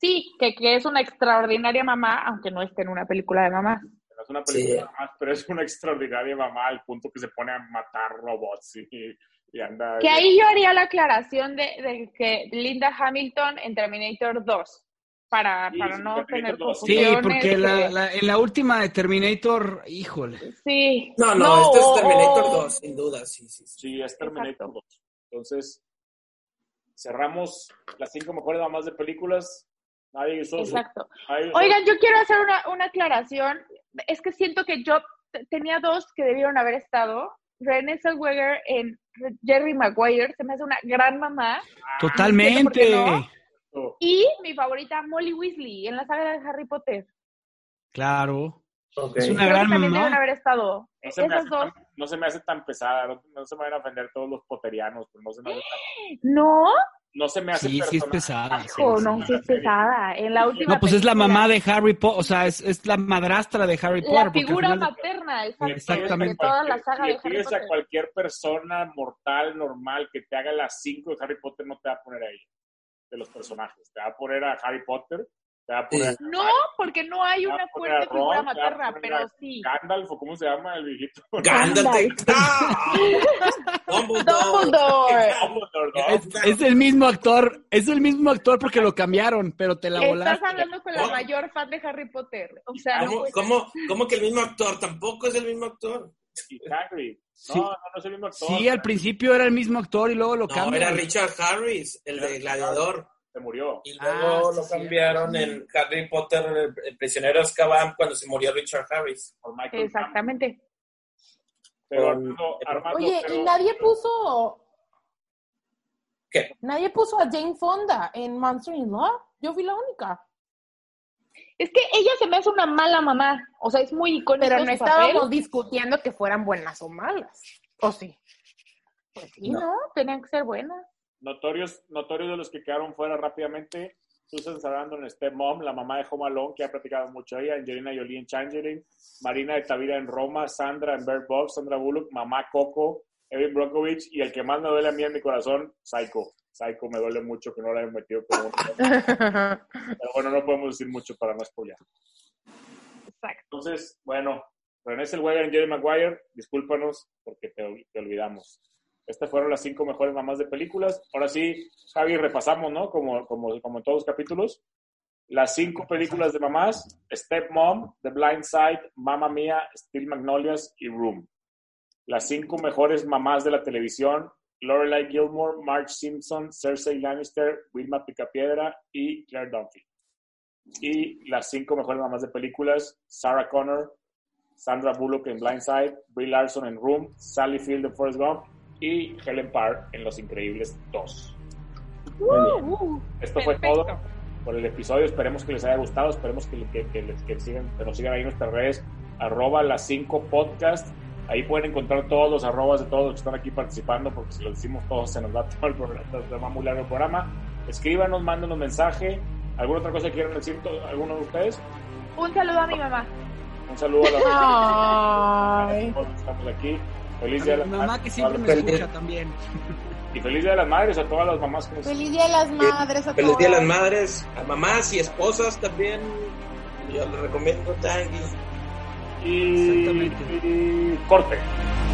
Speaker 9: Sí, que, que es una extraordinaria mamá, aunque no esté en una película de mamá.
Speaker 6: No Es una película
Speaker 7: Sí.
Speaker 6: más, pero es una extraordinaria mamá al punto que se pone a matar robots y, y anda.
Speaker 9: Que ahí yo haría la aclaración de, de que Linda Hamilton en Terminator 2, para,
Speaker 6: Sí,
Speaker 9: para
Speaker 6: sí,
Speaker 9: no
Speaker 6: Terminator
Speaker 9: tener
Speaker 6: 2.
Speaker 10: Sí,
Speaker 9: confusiones,
Speaker 10: porque la,
Speaker 9: que-
Speaker 10: la- en la última de Terminator, híjole.
Speaker 9: Sí.
Speaker 7: No, no, este
Speaker 9: o-
Speaker 7: es Terminator
Speaker 9: o-
Speaker 7: 2, sin duda, sí, sí. sí.
Speaker 6: Sí, es Terminator 2. Entonces, cerramos las cinco mejores mamás de películas. Nadie hizo. su-
Speaker 9: Exacto.
Speaker 6: nadie hizo-
Speaker 9: Oigan, yo quiero hacer una, una aclaración. Es que siento que yo t- tenía dos que debieron haber estado. Renée Zellweger en Re- Jerry Maguire, se me hace una gran mamá.
Speaker 10: Totalmente.
Speaker 9: no? Y mi favorita, Molly Weasley, en la saga de Harry Potter.
Speaker 10: Claro.
Speaker 7: Ok.
Speaker 10: Es una
Speaker 9: Creo que
Speaker 10: gran
Speaker 9: también deben
Speaker 10: mamá.
Speaker 9: haber estado.
Speaker 6: No se, me
Speaker 9: Esas
Speaker 6: hace
Speaker 9: dos.
Speaker 6: tan, no se me hace tan pesada, no, no se me van a ofender todos los poterianos, pero no se me hace, tan-
Speaker 9: No,
Speaker 6: no se me hace
Speaker 10: Sí, sí es
Speaker 6: persona-
Speaker 10: pesada. sí,
Speaker 9: hijo,
Speaker 10: sí.
Speaker 9: no, sí es pesada. En la última.
Speaker 10: No, pues es la
Speaker 9: película,
Speaker 10: mamá de Harry Potter, o sea, es, es la madrastra de Harry Potter.
Speaker 9: La
Speaker 10: porque al
Speaker 9: figura
Speaker 10: final-
Speaker 9: materna de, Harry Potter, de
Speaker 10: Exactamente.
Speaker 9: toda la saga
Speaker 6: le
Speaker 9: de Harry
Speaker 6: pides
Speaker 9: Potter.
Speaker 6: a cualquier persona mortal, normal, que te haga las cinco de Harry Potter, no te va a poner ahí, de los personajes. Te va a poner a Harry Potter, te va a poner a
Speaker 9: No, porque no hay
Speaker 6: Ya
Speaker 9: una
Speaker 10: Ah,
Speaker 6: poner a
Speaker 9: fuerte figura
Speaker 6: Ron, ya
Speaker 9: materna,
Speaker 6: poner a
Speaker 9: pero sí.
Speaker 6: Gandalf, o cómo se llama el viejito.
Speaker 7: Gándate.
Speaker 6: (laughs)
Speaker 7: (laughs) ¡No! Dumbledore.
Speaker 9: Dumbledore.
Speaker 6: Dumbledore, ¿no?
Speaker 10: Es, es el mismo actor, es el mismo actor porque lo cambiaron, pero te la
Speaker 9: Estás
Speaker 10: volaste.
Speaker 9: hablando con la
Speaker 7: ¿Cómo?
Speaker 9: mayor fan de Harry Potter. O sea, pues, no
Speaker 7: ¿Cómo,
Speaker 9: puede ser.
Speaker 7: cómo, cómo que el mismo actor? Tampoco es el mismo actor.
Speaker 6: Y Hagrid. No,
Speaker 10: Sí.
Speaker 6: no, no es el mismo actor.
Speaker 10: Sí, al principio era el mismo actor y luego lo
Speaker 7: No, era
Speaker 10: cambiaron.
Speaker 7: Richard Harris, el de Gladiador.
Speaker 6: Se murió.
Speaker 7: Y
Speaker 10: Ah,
Speaker 7: luego
Speaker 10: sí,
Speaker 7: lo
Speaker 10: sí.
Speaker 7: cambiaron en Harry Potter, el, el prisionero de Azkaban, cuando se murió Richard Harris.
Speaker 6: Por Michael Caine.
Speaker 9: Exactamente.
Speaker 6: Pero Armando, Armando,
Speaker 8: Oye,
Speaker 6: pero-
Speaker 8: y nadie puso.
Speaker 7: ¿Qué?
Speaker 8: Nadie puso a Jane Fonda en Monster in Law. Yo fui la única.
Speaker 9: Es que ella se me hace una mala mamá. O sea, es muy icónica.
Speaker 8: Pero
Speaker 9: su
Speaker 8: no
Speaker 9: papel.
Speaker 8: estábamos discutiendo que fueran buenas o malas. ¿O (laughs) sí?
Speaker 9: Pues sí, no. tenían que ser buenas.
Speaker 6: notorios, notorios de los que quedaron fuera rápidamente. Susan Sarandon en Step Mom, la mamá de Home Alone, que ha platicado mucho ella, Angelina Jolie en Changeling, Marina de Tavira en Roma, Sandra en Bird Box, Sandra Bullock, Mamá Coco, Evan Brockovich, y el que más me duele a mí en mi corazón, Psycho. Psycho me duele mucho que no la hayan metido como un- (laughs) Pero bueno, no podemos decir mucho para no spoiler.
Speaker 9: Exacto.
Speaker 6: Entonces, bueno, René Zellweger y Jerry Maguire, discúlpanos porque te, ol- te olvidamos. Estas fueron las cinco mejores mamás de películas. Ahora sí, Javi, repasamos, ¿no? Como, como, como en todos los capítulos. Las cinco películas de mamás, Step Mom, The Blind Side, Mamma Mia, Steel Magnolias y Room. Las cinco mejores mamás de la televisión, Lorelai Gilmore, Marge Simpson, Cersei Lannister, Wilma Picapiedra y Claire Dunphy y las cinco mejores mamás de películas, Sarah Connor, Sandra Bullock en Blindside, Brie Larson en Room, Sally Field en Forrest Gump y Helen Parr en Los Increíbles 2.
Speaker 9: Uh, uh.
Speaker 6: Esto fue
Speaker 9: Perfecto.
Speaker 6: todo por el episodio. Esperemos que les haya gustado. Esperemos que, que- que les- que sigan, que nos sigan ahí en nuestras redes. Arroba las 5 podcast. Ahí pueden encontrar todos los arrobas de todos los que están aquí participando, porque si lo decimos todos se nos va todo el programa, se nos va muy largo el programa. Escríbanos, mándenos mensaje. ¿Alguna otra cosa que quieran decir to- alguno de ustedes?
Speaker 9: Un saludo a mi mamá.
Speaker 6: Un saludo a la
Speaker 8: Ay.
Speaker 6: Estamos aquí. Feliz día
Speaker 10: A
Speaker 6: de
Speaker 10: mi
Speaker 6: las
Speaker 10: mamá
Speaker 6: madres.
Speaker 10: que siempre me escucha también.
Speaker 6: Y feliz día de las madres a todas las mamás que nos
Speaker 8: Feliz Día de las Madres a
Speaker 7: Feliz Día a las
Speaker 8: todas.
Speaker 7: Madres, a mamás y esposas también. Yo les recomiendo Tanguy.
Speaker 6: Y,
Speaker 10: Exactamente.
Speaker 6: y corte.